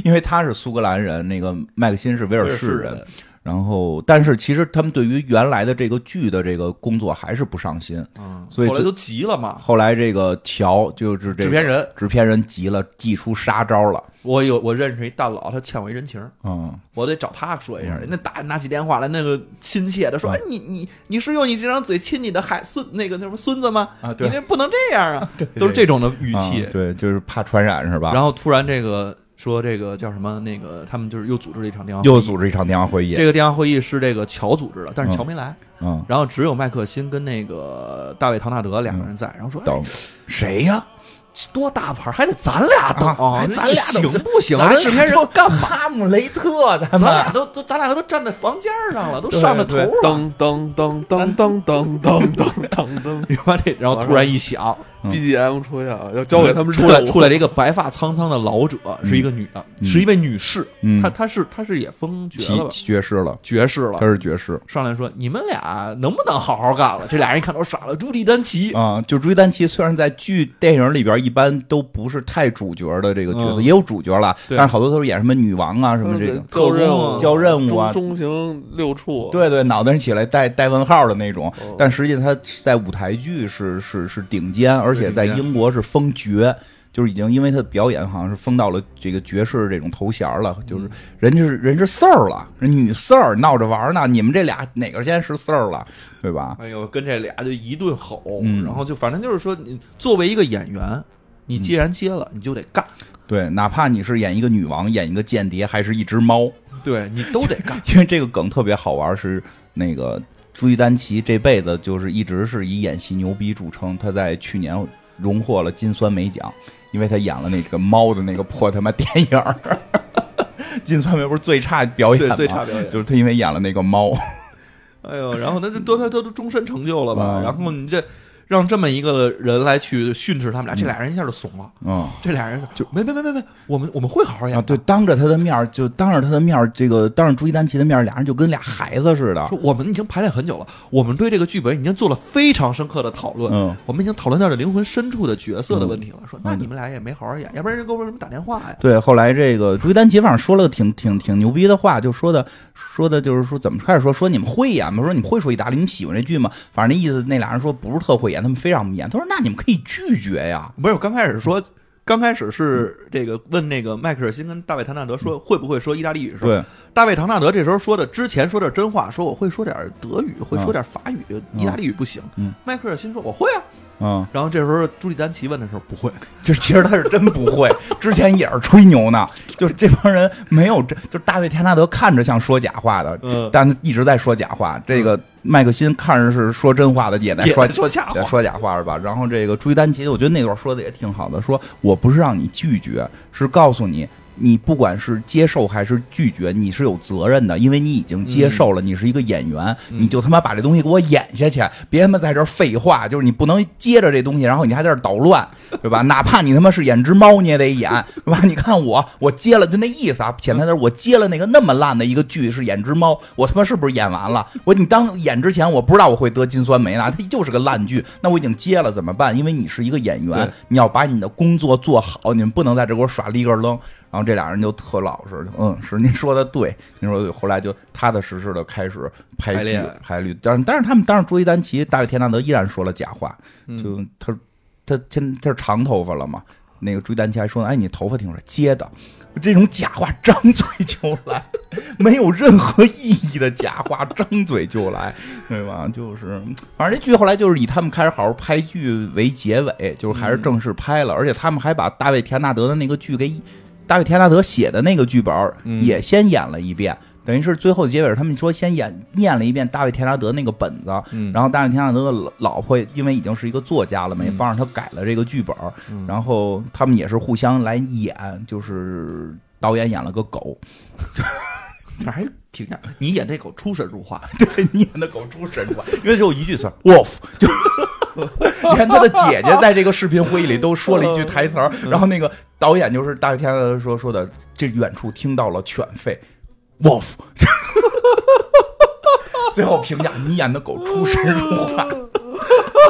因为他是苏格兰人，那个麦克辛是威尔士威尔士人人。然后，但是其实他们对于原来的这个剧的这个工作还是不上心，嗯，所以后来都急了嘛。后来这个乔就是这个啊制片人，制片人急了，祭出杀招了。我有我认识一大佬，他欠我一人情，嗯，我得找他说一下。那打拿起电话来，那个亲切的说：“嗯哎，你你你是用你这张嘴亲你的孩孙那个叫什么孙子吗？啊对你这不能这样啊！”对都是这种的语气啊。对，就是怕传染是吧？然后突然这个说这个叫什么那个，他们就是又组织了一场电话会议，又组织一场电话会议。这个电话会议是这个乔组织的，但是乔嗯没来。嗯，然后只有麦克辛跟那个大卫·唐纳德两个人在，然后说：“哎嗯等谁呀？多大牌儿，还得咱俩等啊哎那咱俩行等不行咱啊？制片人就干哈姆雷特的咱嘛俩都都，咱俩都站在房尖儿上了，都上了头了。噔噔噔噔噔噔噔噔噔噔你妈这，然后突然一响，嗯，BGM 出现了，要交给他们出来任务出来了一个白发苍苍的老者，是一个女的，嗯是一位女士，嗯她她是她是也封爵了吧啊提，爵士了，爵士了他。是爵士上来说：“你们俩能不能好好干了？”这俩人一看都傻了。朱迪丹奇，啊。就朱一丹奇虽然在剧电影里边一般都不是太主角的这个角色，嗯也有主角了，对但是好多都是演什么女王啊什么都是这给种。交任特工务、啊交任务啊中中情六处，啊对对，脑袋上起来带带问号的那种哦，但实际他在舞台剧是是是顶尖，而且在顶尖英国是封爵，就是已经因为他的表演好像是封到了这个爵士这种头衔了，嗯就是人家是人是 sir 了，人女 sir 闹着玩呢，你们这俩哪个先是 sir 了，对吧？哎呦，跟这俩就一顿吼，嗯然后就反正就是说，你作为一个演员，你既然接了，你就得干，对，哪怕你是演一个女王，演一个间谍，还是一只猫，。对你 都得干 因为这个梗特别好玩，是那个朱一丹奇这辈子就是一直是以演戏牛逼著称，他在去年荣获了金酸梅奖，因为他演了那个猫的那个破他妈电影儿。 金酸梅不是最差表演吗？对最差表演就是他因为演了那个猫，哎呦，然后那这都他都都终身成就了吧？嗯然后你这，让这么一个人来去训斥他们俩，这俩人一下就怂了。嗯。这俩人嗯就没没没没没，我们我们会好好演啊，的。对，当着他的面儿，就当着他的面儿，这个当着朱一丹奇的面儿，俩人就跟俩孩子似的。说我们已经排练很久了，我们对这个剧本已经做了非常深刻的讨论，嗯我们已经讨论到这灵魂深处的角色的问题了。说那你们俩也没好好演，要不然人给我为什么打电话呀？对，后来这个朱一丹奇反正说了个挺挺挺牛逼的话，就说的说的就是说怎么开始说说你们会演吗？说你们会说意大利，你们喜欢这剧吗？反正那意思，那俩人说不是特会演，他们非让我们演。他说那你们可以拒绝呀。没有，刚开始说，刚开始是这个问那个迈克尔辛跟大卫唐纳德说会不会说意大利语是吧？对，大卫唐纳德这时候说的之前说的真话，说我会说点德语，会说点法语，意大利语不行。嗯迈克尔辛说我会啊，嗯，然后这时候朱利丹奇问的时候不会，啊就是其实他是真不会， 之前也是吹牛呢。就是这帮人没有真，就是大卫·田纳德看着像说假话的，嗯但一直在说假话。这个麦克辛看着是说真话的，也在 也说在说假话也 说假话是吧？然后这个朱一丹奇，我觉得那段说的也挺好的，说我不是让你拒绝，是告诉你。你不管是接受还是拒绝，你是有责任的，因为你已经接受了，你是一个演员，你就他妈把这东西给我演下去，别他妈在这儿废话，就是你不能接着这东西，然后你还在这儿捣乱，对吧？哪怕你他妈是演只猫，你也得演，对吧？你看我，我接了就那意思啊，潜台词，我接了那个那么烂的一个剧是演只猫，我他妈是不是演完了？我你当演之前我不知道我会得金酸梅呢，它就是个烂剧，那我已经接了怎么办？因为你是一个演员对，你要把你的工作做好，你们不能在这给我耍里个楞。然后这俩人就特老实，就嗯，是您说的对，您说的对。后来就踏踏实实的开始拍排剧练排剧，但是但是他们当时朱一丹奇、大卫·田纳德依然说了假话，嗯就他他现他是长头发了嘛，那个朱一丹奇还说呢，哎，你头发挺帅，接的，这种假话张嘴就来，没有任何意义的假话张嘴就来，对吧？就是，反正这剧后来就是以他们开始好好拍剧为结尾，就是还是正式拍了，而且他们还把大卫·田纳德的那个剧给大卫·田纳德写的那个剧本儿嗯也先演了一遍。等于是最后结尾，他们说先演念了一遍大卫·田纳德那个本子，嗯然后大卫·田纳德的老老婆因为已经是一个作家了嘛，也嗯帮着他改了这个剧本儿，嗯然后他们也是互相来演，就是导演演了个狗，这还评价你演这狗出神入化， 对你演的狗出神话，因为只有一句词儿 “wolf”，就 连他的姐姐在这个视频会议里都说了一句台词儿，然后那个导演就是大卫天的说说的，这远处听到了犬吠，wolf。最后评价你演的狗出神入化，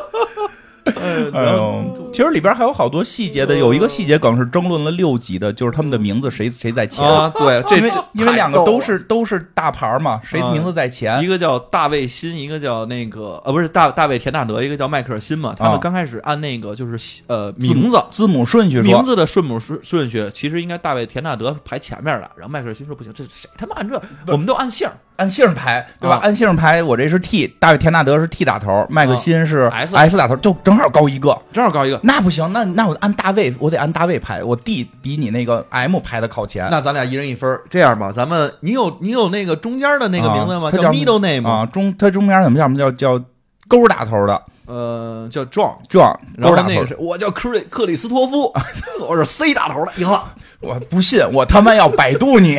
哎呦，其实里边还有好多细节的，有一个细节梗是争论了六集的，就是他们的名字谁谁在前，啊，对，这因为这因为两个太逗都了是都是大牌儿嘛，谁啊名字在前 一，个叫大卫辛，一个叫那个呃不是大大卫田纳德，一个叫迈克尔辛嘛。他啊们刚开始按那个就是呃字母名字。字母顺序说，名字的顺母顺顺序，其实应该大卫田纳德排前面的，然后迈克尔辛说不行，这谁他妈按这？我们都按姓儿按姓儿排，对吧？啊按姓儿排，我这是 T，大卫田纳德是 T 打头，麦克辛是嗯 S S 打头，就正好高一个。正好高一个，那不行，那那我按大卫，我得按大卫排，我 D 比你那个 M 排的靠前。那咱俩一人一分儿。这样吧，咱们你有你有那个中间的那个名字吗？啊他叫 middle name，、啊，中他中间怎么叫什么叫叫勾打头的呃，叫 John。壮然勾后打那头个的，是我叫克里克里斯托 夫，我是 C 打头的，赢了，我不信，我他妈要百度你，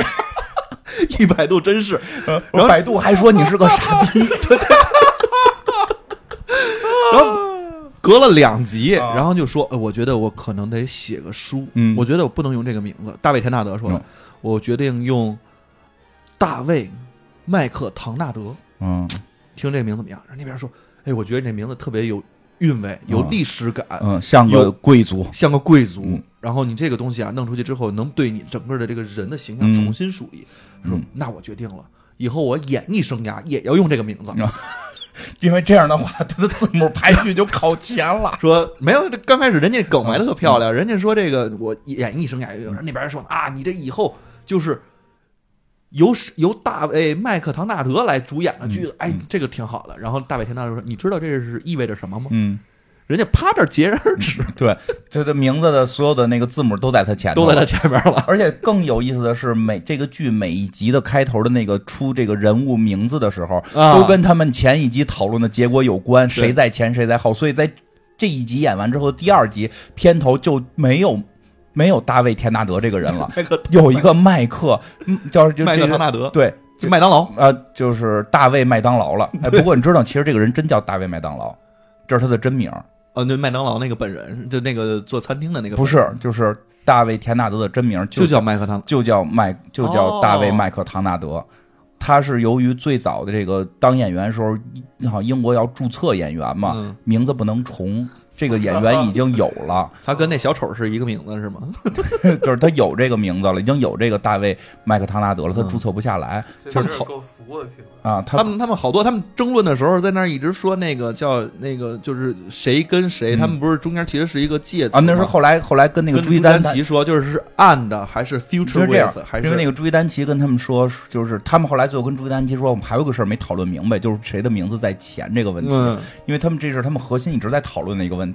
一百度真是。我百度还说你是个傻 逼，然后隔了两集，啊然后就说、呃我觉得我可能得写个书，嗯我觉得我不能用这个名字。大卫·田纳德说的，嗯我决定用大卫·麦克唐纳德，嗯听这个名字怎么样？然后那边说，哎，我觉得你这名字特别有韵味，啊有历史感，嗯，像个有贵族，像个贵族。嗯然后你这个东西啊，弄出去之后，能对你整个的这个人的形象嗯重新梳理。他说嗯，那我决定了。以后我演艺生涯也要用这个名字。嗯因为这样的话，他的字母排序就靠前了。说没有，这刚开始人家梗埋的特漂嗯亮，人家说这个我演艺生涯，那边说啊，你这以后就是由由大卫麦克唐纳德来主演的剧，嗯哎，这个挺好的。然后大卫唐纳德说，你知道这是意味着什么吗？ 嗯。人家啪这儿截然而止，对，他的名字的所有的那个字母都在他前头，都在他。前面了。而且更有意思的是，每这个剧每一集的开头的那个出这个人物名字的时候，啊都跟他们前一集讨论的结果有关，谁在前谁在后。所以在这一集演完之后，第二集片头就没有没有大卫·田纳德这个人了， 麦克有一个麦克，嗯叫嗯就麦这克个唐纳德，对，麦当劳呃，就是大卫麦当劳了。哎，不过你知道，其实这个人真叫大卫麦当劳，这是他的真名儿，呃，那麦当劳那个本人，就那个做餐厅的那个本人，不是，就是大卫·田纳德的真名儿，就就叫嗯麦克唐。就叫麦，就叫大卫哦·麦克唐纳德。他是由于最早的这个当演员的时候，好像英国要注册演员嘛，嗯，名字不能重。这个演员已经有了， 他跟那小丑是一个名字是吗？就是他有这个名字了，已经有这个大卫·麦克唐纳德了，他嗯注册不下来这就是事儿好够俗的，听着。啊。他们他们好多，他们争论的时候在那儿一直说那个叫那个就是谁跟谁，嗯他们不是中间其实是一个介词啊，那是吗后来后来跟那个跟朱一丹丹他奇说，就是是 and 还是 future 是这样 with 还因是为那个朱一丹奇跟他们说，就是他们后来最后跟朱一丹奇说，我们还有个事儿没讨论明白，就是谁的名字在前这个问题，嗯因为他们这是他们核心一直在讨论的一个问题。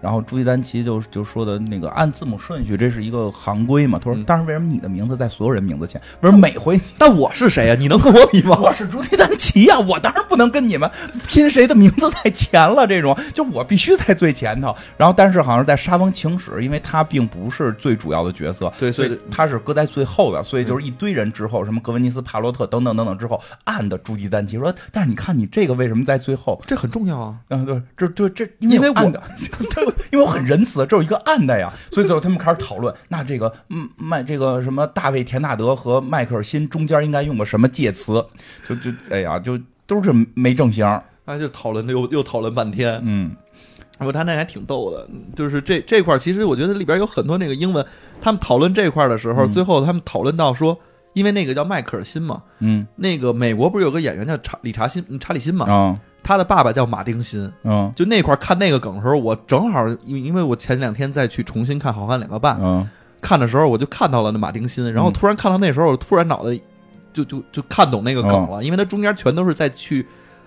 然后朱一丹奇就就说的那个按字母顺序，这是一个行规嘛。他说嗯，但是为什么你的名字在所有人名字 前？为什么每回那我是谁呀、你能跟我比吗？啊我是朱一丹奇呀、我当然不能跟你们拼谁的名字在前了，这种就我必须在最前头。然后，但是好像是在《沙翁情史》，因为他并不是最主要的角色，对所所以以他是搁在最后的，所以就是一堆人之后，什么格温尼斯·帕洛特等等等等之后，暗的朱迪丹奇说，但是你看你这个为什么在最后？这很重要啊。嗯，对，这这这，因为有我暗的， 对因为我很仁慈，这有一个暗的呀，所以最后他们开始讨论，那这个嗯麦这个什么大卫·田纳德和迈克尔·辛中间应该用个什么介词？就就哎呀，就都是没正形，那就讨论又又讨论半天，嗯不，他那还挺逗的，嗯就是这这块儿，其实我觉得里边有很多那个英文，他们讨论这块儿的时候，嗯最后他们讨论到说，因为那个叫迈克尔辛嘛，嗯那个美国不是有个演员叫查理查辛嗯查理辛嘛，啊他的爸爸叫马丁辛，嗯就那块儿看那个梗的时候，我正好因为因为我前两天再去重新看《好汉两个半》嗯看的时候，我就看到了那马丁辛，然后嗯突然看到那时候，我突然脑袋就就就看懂那个梗了，啊因为它中间全都是在去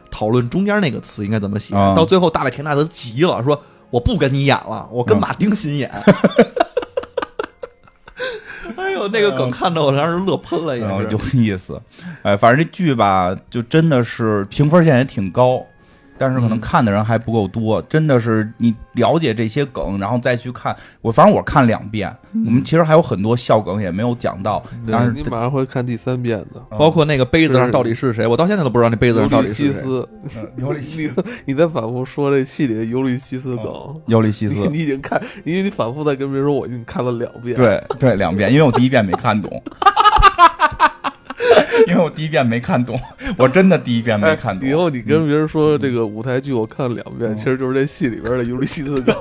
讨论中间那个词应该怎么写，哦到最后大卫·田纳德急了，说我不跟你演了，我跟嗯马丁 辛演。哎呦，那个啊梗看得我当时乐喷了，也嗯，是有意思，哎，反正这剧吧，就真的是评分线也挺高，但是可能嗯看的人还不够多。真的是你了解这些梗，然后再去看。我反正我看两遍，我们其实还有很多笑梗也没有讲到，对当然嗯你马上会看第三遍的。嗯包括那个杯子上到底是谁，我到现在都不知道那杯子上尤到利底是西谁。斯，嗯尤利西你你在反复说这戏里的尤利西斯梗，哦尤利西你斯，你 已经看，因为你反复在跟别人说，我已经看了两遍。，对对，两遍，因为我第一遍没看懂。 因为我第一遍没看懂，我真的第一遍没看懂。哎嗯以后你跟别人说这个舞台剧我看了两遍，其实就是这戏里边的尤利西斯梗，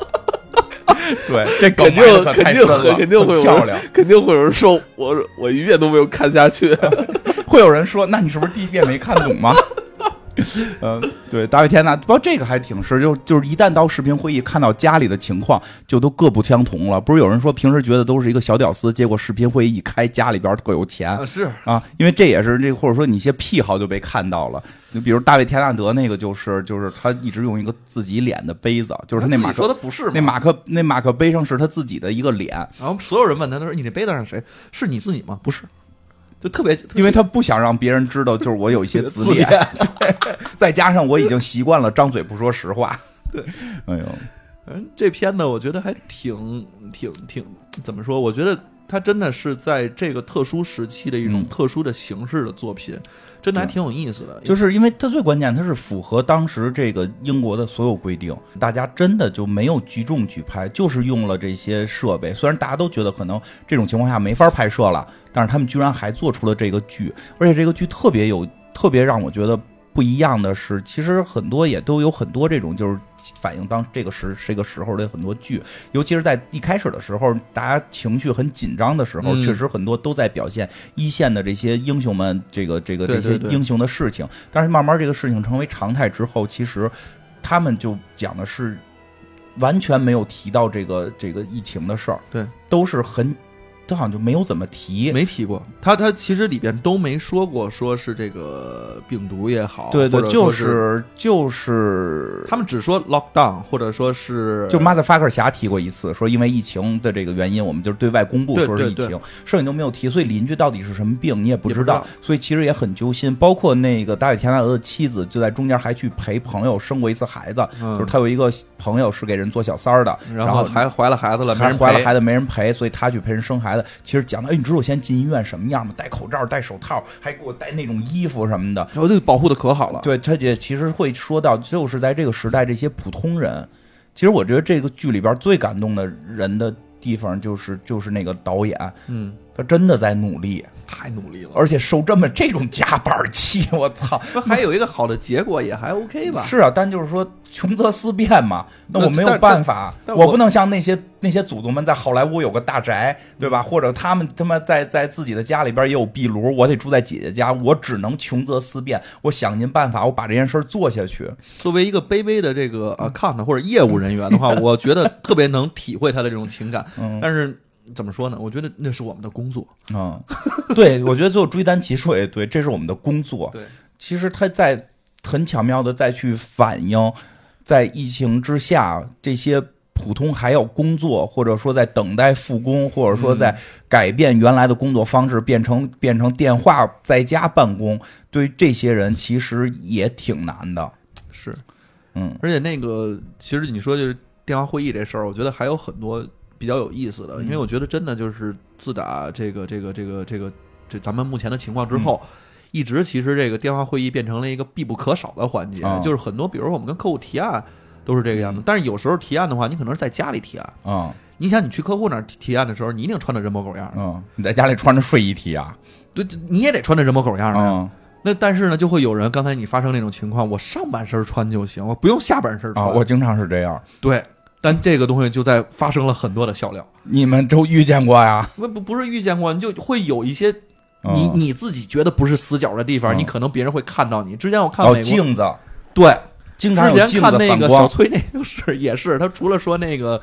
对这梗肯定埋得可肯太定深了，肯定会有漂亮人。肯定会有人说我我一遍都没有看下去。会有人说，那你是不是第一遍没看懂 吗？呃，对，大卫天呐，不过这个还挺是，就就是一旦到视频会议看到家里的情况，就都各不相同了。不是有人说平时觉得都是一个小屌丝，结果视频会议一开，家里边特有钱啊，是 啊，因为这也是这或者说你一些癖好就被看到了。就比如大卫田纳德那个就是就是他一直用一个自己脸的杯子，就是他那马自己说克的不是吗那马克那马克杯上是他自己的一个脸，然后所有人问他，他说：“你那杯子上谁？是你自己吗？不是，就特别，因为他不想让别人知道，就是我有一 些自恋，对再加上我已经习惯了张嘴不说实话。 对，哎呦，反正嗯这片子我觉得还挺挺挺怎么说？我觉得它真的是在这个特殊时期的一种嗯特殊的形式的作品，真的还挺有意思的。就是是因为它最关键，它是符合当时这个英国的所有规定，大家真的就没有聚众去拍，就是用了这些设备。虽然大家都觉得可能这种情况下没法拍摄了，但是他们居然还做出了这个剧，而且这个剧特别有，特别让我觉得。不一样的是，其实很多也都有很多这种，就是反映当这个时这个时候的很多剧，尤其是在一开始的时候，大家情绪很紧张的时候，嗯确实很多都在表现一线的这些英雄们，这个这个对这些对对英雄的事情。但是慢慢这个事情成为常态之后，其实他们就讲的是完全没有提到这个这个疫情的事儿，对，都是很，他好像就没有怎么提。没提过，他他其实里边都没说过，说是这个病毒也好，对对或，者就说是就是他们只说 lockdown，或者说是就 motherfucker 侠提过一次，说因为疫情的这个原因，我们就是对外公布对说是疫对情，剩下都没有提，所以邻居到底是什么病你也不也不知知道道，所以其实也很揪心。包括那个大卫田纳德的妻子，就在中间还去陪朋友生过一次孩子，嗯就是他有一个朋友是给人做小三儿的，然后还怀了孩子了，没还人怀了陪孩子没人陪，所以他去陪人生孩的，其实讲的，哎，你知道我现在进医院什么样吗？戴口罩，戴手套，还给我戴那种衣服什么的。然后就保护的可好了。对，他也其实会说到，就是在这个时代，这些普通人，其实我觉得这个剧里边最感动的人的地方，就是就是那个导演，嗯，他真的在努力，太努力了。而且受这么这种夹板气， 我操！ 说还有一个好的结果也还 OK 吧？是啊，但就是说穷则思变嘛，那那我没有但办法，但但我我不能像那些那些祖宗们在好莱坞有个大宅，对吧？或者他们他妈在在自己的家里边也有壁炉，我得住在姐姐家，我只能穷则思变，我想尽办法，我把这件事儿做下去。作为一个卑微的这个 account 或者业务人员的 话，我觉得特别能体会他的这种情感。嗯但是怎么说呢？我觉得那是我们的工作。嗯， 对，我觉得最后追单奇说也对，这是我们的工作。对，其实他在很巧妙的再去反映，在疫情之下这些。普通还要工作，或者说在等待复工，或者说嗯在改变原来的工作方式，变成变成电话在家办公，对于这些人其实也挺难的。是，嗯而且那个，其实你说就是电话会议这事儿，我觉得还有很多比较有意思的，因为我觉得真的就是自打这个这个这个这个这咱们目前的情况之后。一直其实这个电话会议变成了一个必不可少的环节，啊就是很多，比如说我们跟客户提案都是这个样子。但是有时候提案的话，你可能是在家里提案。啊你想，你去客户那儿提提案的时候，你一定穿的人模狗样的，嗯，你在家里穿着睡衣提啊？对，你也得穿的人模狗样的。嗯那但是呢，就会有人刚才你发生那种情况，我上半身穿就行，我不用下半身穿。啊，我经常是这样。对，但这个东西就在发生了很多的笑料。你们都遇见过呀？不不不是遇见过，你就会有一些你、嗯你自己觉得不是死角的地方，嗯你可能别人会看到你。之前我看哦，美国，镜子，对，经常之有前镜看子那反个光小。崔那个是也是，他除了说那个。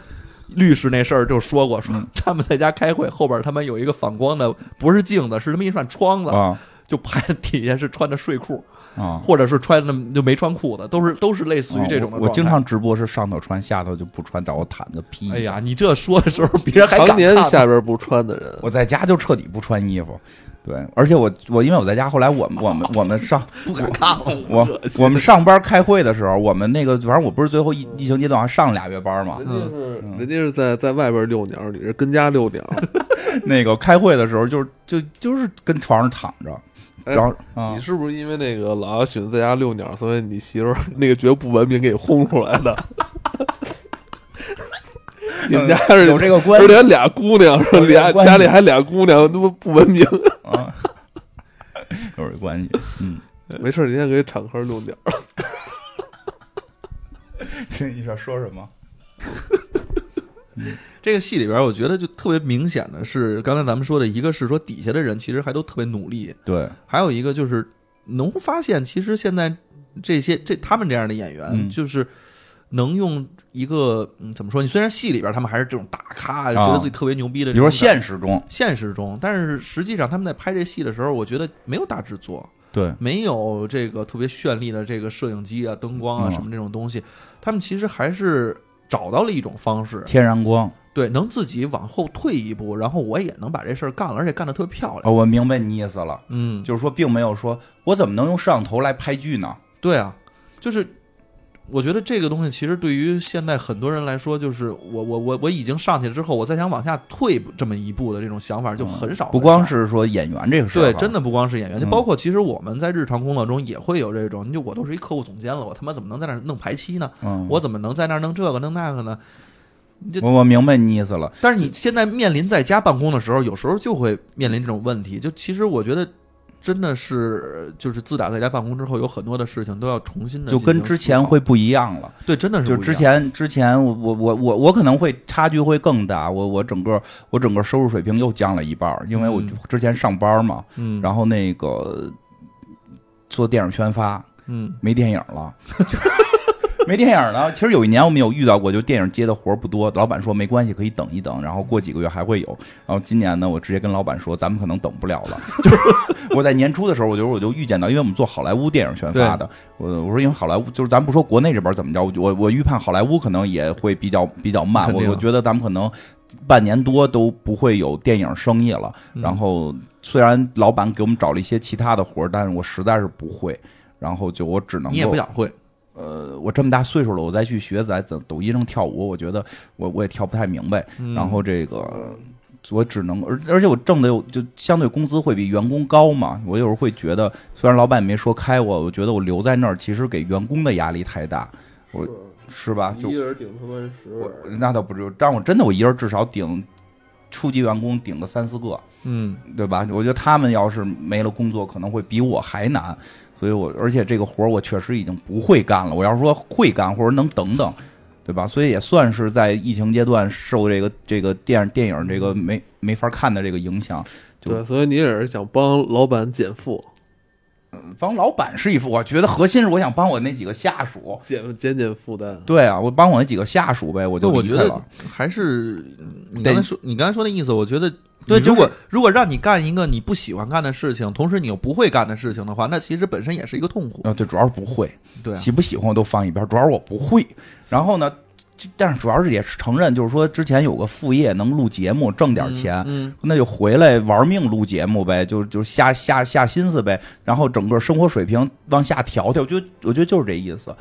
律师那事儿就说过，说他们在家开会，后边他们有一个反光的，不是镜子，是他们一扇窗子，啊就拍底下是穿着睡裤，啊！或者是穿的就没穿裤子，都是都是类似于这种的、啊我我经，常直播是上头穿，下头就不穿，找个毯子披哎一下。呀，你这说的时候，别人还常敢年看下边不穿的人，我在家就彻底不穿衣服，对，而且我我因为我在家，后来我们我们我们上 不敢看了。我我们上班开会的时候，我们那个反正我不是最后疫嗯疫情阶段还上了俩月班嘛人，家是嗯人家是在在外边遛鸟，你是跟家遛鸟，那个开会的时候就是就就是跟床上躺着，哎然后啊你是不是因为那个老要喜欢在家遛鸟，所以你媳妇儿那个觉得不文明给你轰出来的？你们家是有这个关而系且俩姑娘是吧有这俩个关系家里还俩姑娘，那不不文明。啊，有这 关系， 嗯，没事儿，你先给敞开遛鸟。你说说什么？这个戏里边，我觉得就特别明显的是，刚才咱们说的一个是说底下的人其实还都特别努力，对，还有一个就是能发现，其实现在这些这他们这样的演员嗯就是。能用一个嗯怎么说？你虽然戏里边他们还是这种大咖，觉得自己特别牛逼的啊比这如说种感，现实中，现实中，但是实际上他们在拍这戏的时候，我觉得没有大制作，对，没有这个特别绚丽的这个摄影机啊、灯光啊嗯什么这种东西，他们其实还是找到了一种方式，天然光，对，能自己往后退一步，然后我也能把这事儿干了，而且干得特别漂亮。哦，我明白你意思了。嗯，就是说，并没有说我怎么能用摄像头来拍剧呢？对啊，就是我觉得这个东西其实对于现在很多人来说，就是我我我我已经上去之后，我再想往下退这么一步的这种想法就很嗯少。不光很少是说演员这个事儿，对，真的，的不光是演员，就嗯包括其实我们在日常工作中也会有这种，你就我都是一客户总监了，我他妈怎么能在那儿弄排期呢？嗯，我怎么能在那儿弄这个弄那个呢？我我明白你意思了。但是你现在面临在家办公的时候，有时候就会面临这种问题。就其实我觉得，真的是就是自打在家办公之后，有很多的事情都要重新的，就跟之前会不一样了，对，真的是就不一之样前之前我我我我我可能会差距会更大，我我整个我整个收入水平又降了一半儿，因为我嗯之前上班嘛，嗯，后然后那个做电影宣发嗯没电影了， 没电影了。其实有一年我们有遇到过，就电影接的活儿不多，老板说没关系，可以等一等，然后过几个月还会有。然后今年呢，我直接跟老板说，咱们可能等不了了。 就是我在年初的时候，我就我就预见到，因为我们做好莱坞电影宣发的，我我说因为好莱坞就是咱不说国内这边怎么着，我我我预判好莱坞可能也会比较比较慢，肯定啊我我觉得咱们可能。半年多都不会有电影生意了，嗯然后虽然老板给我们找了一些其他的活儿，但是我实在是不会，然后就我只能你也够不想会，呃，我这么大岁数了，我再去学在抖抖音上跳舞，我觉得我我也跳不太明白。嗯然后这个我只能，而而且我挣的有就相对工资会比员工高嘛。我有时候会觉得，虽然老板也没说开我，我觉得我留在那儿其实给员工的压力太大，我是吧？就一人顶他妈十我那倒不至于，但我真的我一人至少顶初级员工顶个三四个，嗯，对吧？我觉得他们要是没了工作，可能会比我还难。所以我而且这个活儿我确实已经不会干了。我要是说会干或者能等等，对吧？所以也算是在疫情阶段受这个这个电电影这个没没法看的这个影响，就对，所以你也是想帮老板减负，帮老板是一副，我觉得核心是我想帮我那几个下属。减减减负担。对啊，我帮我那几个下属呗，我就对，我离觉开得了还是嗯你得刚才说你刚才说那意思，我觉得对你就如果是如果让你干一个你不喜欢干的事情，同时你又不会干的事情的话，那其实本身也是一个痛苦。啊，对，主要是不会。对啊，喜不喜欢我都放一边儿，主要是我不会。然后呢，这但是主要是也是承认，就是说之前有个副业能录节目挣点钱，嗯，那就回来玩命录节目呗，就就下下下心思呗。然后整个生活水平往下调调，就我觉得就是这意思。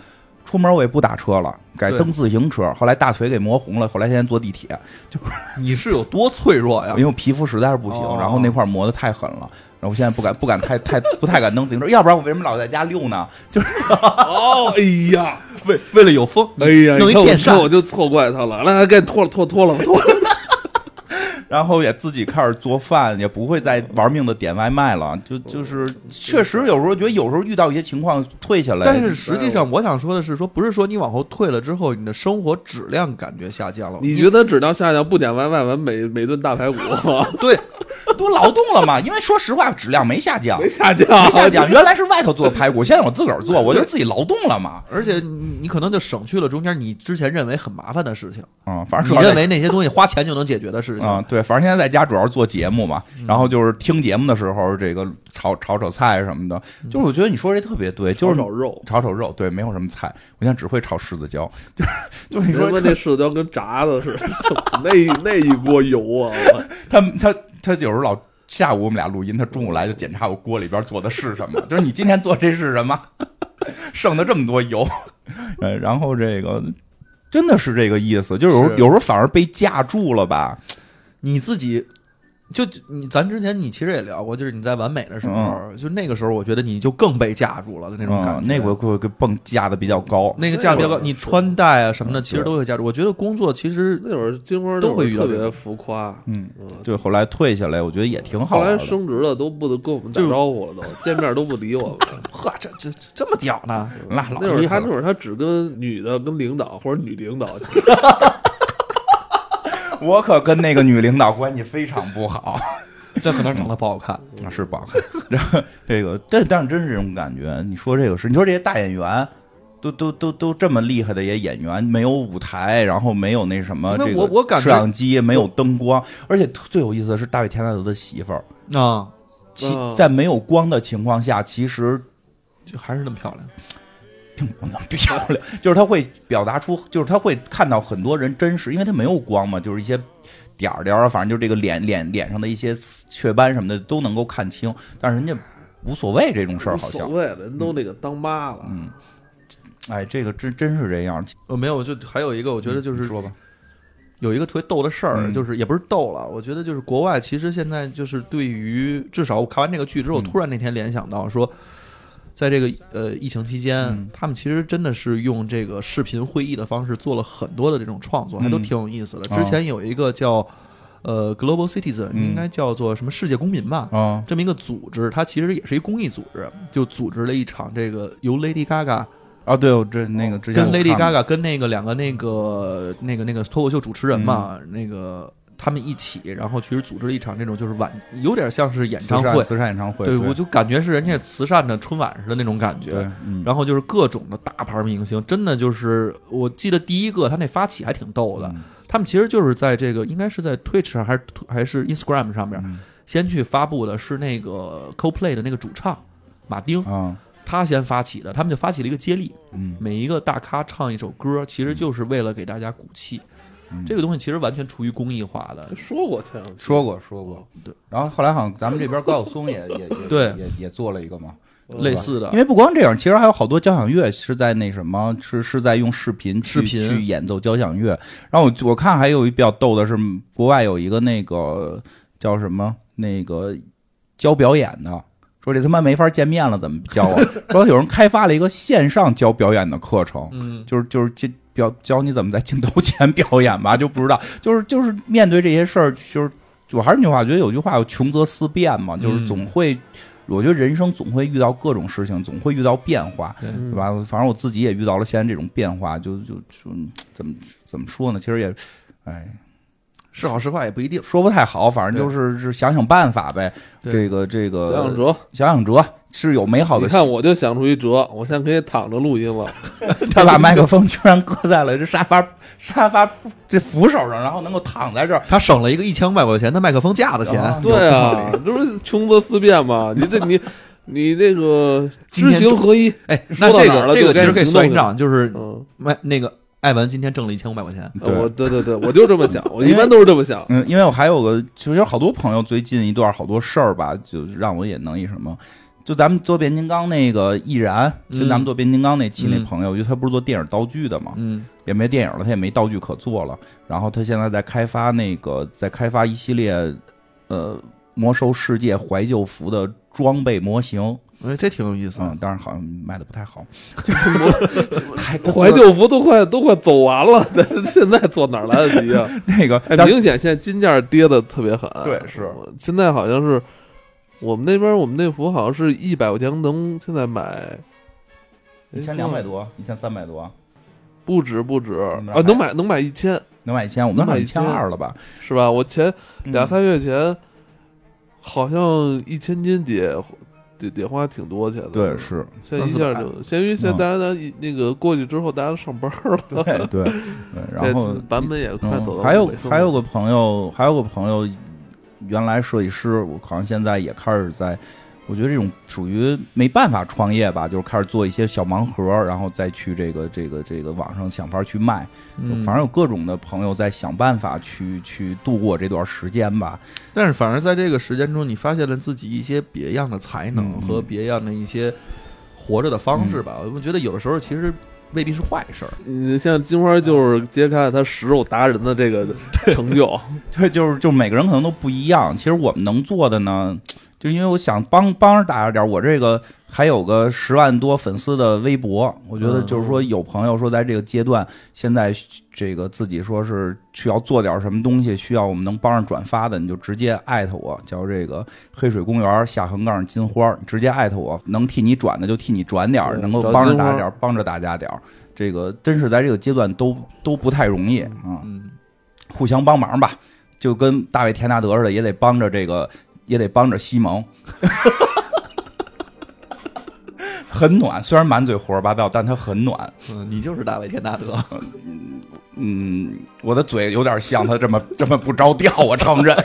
出门我也不打车了，改对啊蹬自行车。后来大腿给磨红了，后来现在坐地铁，嗯你是有多脆弱呀因？为我皮肤实在是不行，哦然后那块儿磨得太狠了，然后我现在不敢不敢太太不太敢蹬自行车，要不然我为什么老在家溜呢？就是哦，哎呀，为为了有风，哎呀，弄你一看我电扇说我就错怪他了。来来，给你脱了脱脱了脱 了。然后也自己开始做饭，也不会再玩命的点外卖了。就就是哦确实有时候觉得有时候遇到一些情况退下来，但是实际上我想说的是，说不是说你往后退了之后，你的生活质量感觉下降了。你觉得质量下降不点外卖完每每顿大排骨对，不劳动了嘛？因为说实话，质量没下降，没下降？没下降。原来是外头做排骨，现在我自个儿做，我就自己劳动了嘛。而且你你可能就省去了中间你之前认为很麻烦的事情，嗯，反正主你要认在为那些东西花钱就能解决的事情。啊、对，反正现在在家主要是做节目嘛，然后就是听节目的时候，这个炒炒炒菜什么的，就是我觉得你说这特别对，就是炒肉。炒炒肉，对，没有什么菜，我现在只会炒柿子椒，就是就是你你说说那柿子椒跟炸的 似的，那那一锅油啊！他他他有时候老下午我们俩录音，他中午来就检查我锅里边做的是什么，就是你今天做这是什么，剩的这么多油，呃，然后这个真的是这个意思，就是有时候是有时候反而被架住了吧，你自己就你咱之前你其实也聊过，就是你在完美的时候，就那个时候我觉得你就更被架住了的那种感觉。嗯嗯，那会会会蹦架的比较高，那个架比较那会儿高，你是穿戴啊什么的，其嗯实对都会架住。我觉得工作其实那会儿金花都会遇到特这别种浮夸，嗯，嗯，对，后来退下来，我觉得也挺好后来的。升职了都不得跟我们打就招呼了，都见面都不理我们。 呵，这这这这么屌呢？那老那会厉儿害他了那会儿他只跟女的、跟领导或者女领导，我可跟那个女领导关系非常不好，这可能长得不好看。啊是不好看。然后这个，但但是真是这种感觉。你说这个是，你说这些大演员，都都都都这么厉害的一些演员，没有舞台，然后没有那什么因为这个我我感觉摄像机，没有灯光，而且最有意思的是大卫·田纳德的媳妇儿，啊，其嗯在没有光的情况下，其实就还是那么漂亮。并不能漂亮， 就是他会表达出，就是他会看到很多人真实，因为他没有光嘛，就是一些点儿点儿啊，反正就这个脸脸脸上的一些雀斑什么的都能够看清，但是人家无所谓这种事儿，无好所像，谓了，人都那个当妈了。嗯，哎，这个真真是这样，呃，没有，就还有一个，我觉得就是嗯说吧，有一个特别逗的事儿，嗯就是也不是逗了，我觉得就是国外其实现在就是对于至少我看完这个剧之后，嗯突然那天联想到说，在这个呃疫情期间，嗯他们其实真的是用这个视频会议的方式做了很多的这种创作，还都嗯挺有意思的。哦之前有一个叫呃 Global Citizen，、嗯应该叫做什么世界公民吧。啊，这么一个组织，它其实也是一公益组织，就组织了一场这个由 Lady Gaga 啊，对，我这那个之前跟我 Lady 看了 Gaga 跟那个两个那个那个那个脱口秀主持人嘛，嗯那个他们一起，然后其实组织了一场那种就是晚，有点像是演慈唱善会，慈善演唱会，对对，我就感觉是人家慈善的春晚似的那种感对觉。，嗯，然后就是各种的大牌明星，真的就是我记得第一个他那发起还挺逗的，嗯他们其实就是在这个应该是在 Twitch 上还是还是 Instagram 上面嗯先去发布的是那个 CoPlay 的那个主唱马丁，啊，他先发起的，他们就发起了一个接力，嗯，每一个大咖唱一首歌，其实就是为了给大家鼓气。嗯这个东西其实完全出于公益化的他，哎说过前两天说过说过，对，然后后来好像咱们这边高晓松也也也对也也做了一个嘛，嗯类似的因。为不光这样，其实还有好多交响乐是在那什么，是是在用视频去视频去演奏交响乐。然后我我看还有一比较逗的是，国外有一个那个叫什么那个教表演的，说这他妈没法见面了，怎么教啊？说有人开发了一个线上教表演的课程，嗯，就是就是这表教你怎么在镜头前表演吧， 就不知道，就是就是面对这些事儿，就是我还是那句话，我觉得有句话叫“穷则思变”嘛，就是嗯总会，我觉得人生总会遇到各种事情，总会遇到变化，对嗯对吧？反正我自己也遇到了现在这种变化，就就就嗯怎么怎么说呢？其实也，哎，是好是坏也不一定。说不太好，反正就是是想想办法呗。对这个这想想个，辙，想想辙是有美呃好你的。看我就想出一辙，我现在可以躺着录音了。 他把麦克风居然搁在了这沙发沙发这扶手上，然后能够躺在这儿。他省了一个一千五百块钱的麦克风架子啊钱，呃对啊，这不是穷则思变 嘛？你这你你这个今知天行合一，哎，说那到这哪儿了个这就个其该实可以行算动一了账，就是嗯，麦那个艾文今天挣了一千五百块钱，对呃我对对对，我就这么想，我因为一般都是这么想。嗯，因为我还有个，其实有好多朋友最近一段好多事儿吧，就让我也能一什么。就咱们做变形金刚那个易燃，嗯跟咱们做变形金刚那期那嗯朋友，因为他不是做电影道具的嘛，嗯，也没电影了，他也没道具可做了。然后他现在在开发那个，在开发一系列呃魔兽世界怀旧服的装备模型。哎，这挺有意思的。嗯，当然好像卖的不太 好，太怀旧服都快都快走完了， 但是现在做哪儿来得 及啊？那个，哎但明显现在金价跌的特别狠。对是我现在好像是我们那边我们那服好像是一百块钱能现在买哎一嗯千两百，多，嗯一千三百多，不止不止们啊还，能买能买一千能买一千，我们能买一一千千二了吧？是吧？我前俩嗯仨月前好像一千斤得得得花挺多钱的。嗯对，是，现在一下就，现在因为现在大家大家一那个过去之后，大家都上班了， 对 对对，然后哎这版本也快走嗯到还有尾声了还有个朋友，还有个朋友，原来设计师，我好像现在也开始在，我觉得这种属于没办法创业吧，就是开始做一些小盲盒，然后再去这个这个这个网上想法去卖，嗯反正有各种的朋友在想办法去去度过这段时间吧。但是反而在这个时间中，你发现了自己一些别样的才能嗯和别样的一些活着的方式吧。我觉得有的时候其实未必是坏事儿。你像金花就是揭开了他食肉达人的这个成 就，对，就是就是每个人可能都不一样。其实我们能做的呢，就因为我想帮帮着大家点儿，我这个还有个十万多粉丝的微博，我觉得嗯就是说有朋友说在这个阶段，现在这个自己说是需要做点什么东西，需要我们能帮上转发的，你就直接艾特我，叫这个黑水公园下横杠金花儿，直接艾特我，能替你转的就替你转点儿，对能够找帮着金大花家点儿，帮着大家点儿。这个真是在这个阶段都都不太容易啊。嗯，互相帮忙吧，就跟大卫田纳德似的，也得帮着这个，也得帮着西蒙。很暖，虽然满嘴胡说八道，但他很暖。嗯你就是大卫·田纳德，嗯，我的嘴有点像他这么 这么不着调，我承认。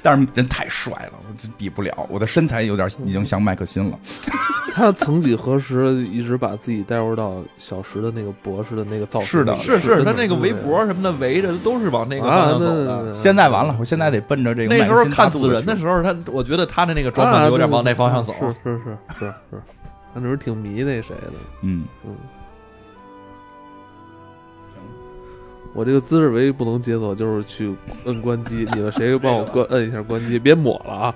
但是人太帅了，我真比不了。我的身材有点已经像麦克辛了。他曾几何时一直把自己带入到小时的那个博士的那个造型是的里是是，真他的啊那个围脖什么的围着都是往那个方向走的。现在完了，我现在得奔着这个那麦时克候辛大看肚死子人的去时候，他我觉得他的那个装扮有点往那方向走。啊对对对啊是是是是是，他那时候挺迷那谁的。嗯，我这个姿势唯一不能解锁就是去摁关机，你们谁帮我关摁一下关机？别抹了啊！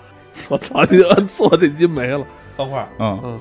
我操，你摁错这机没了。方块，嗯嗯，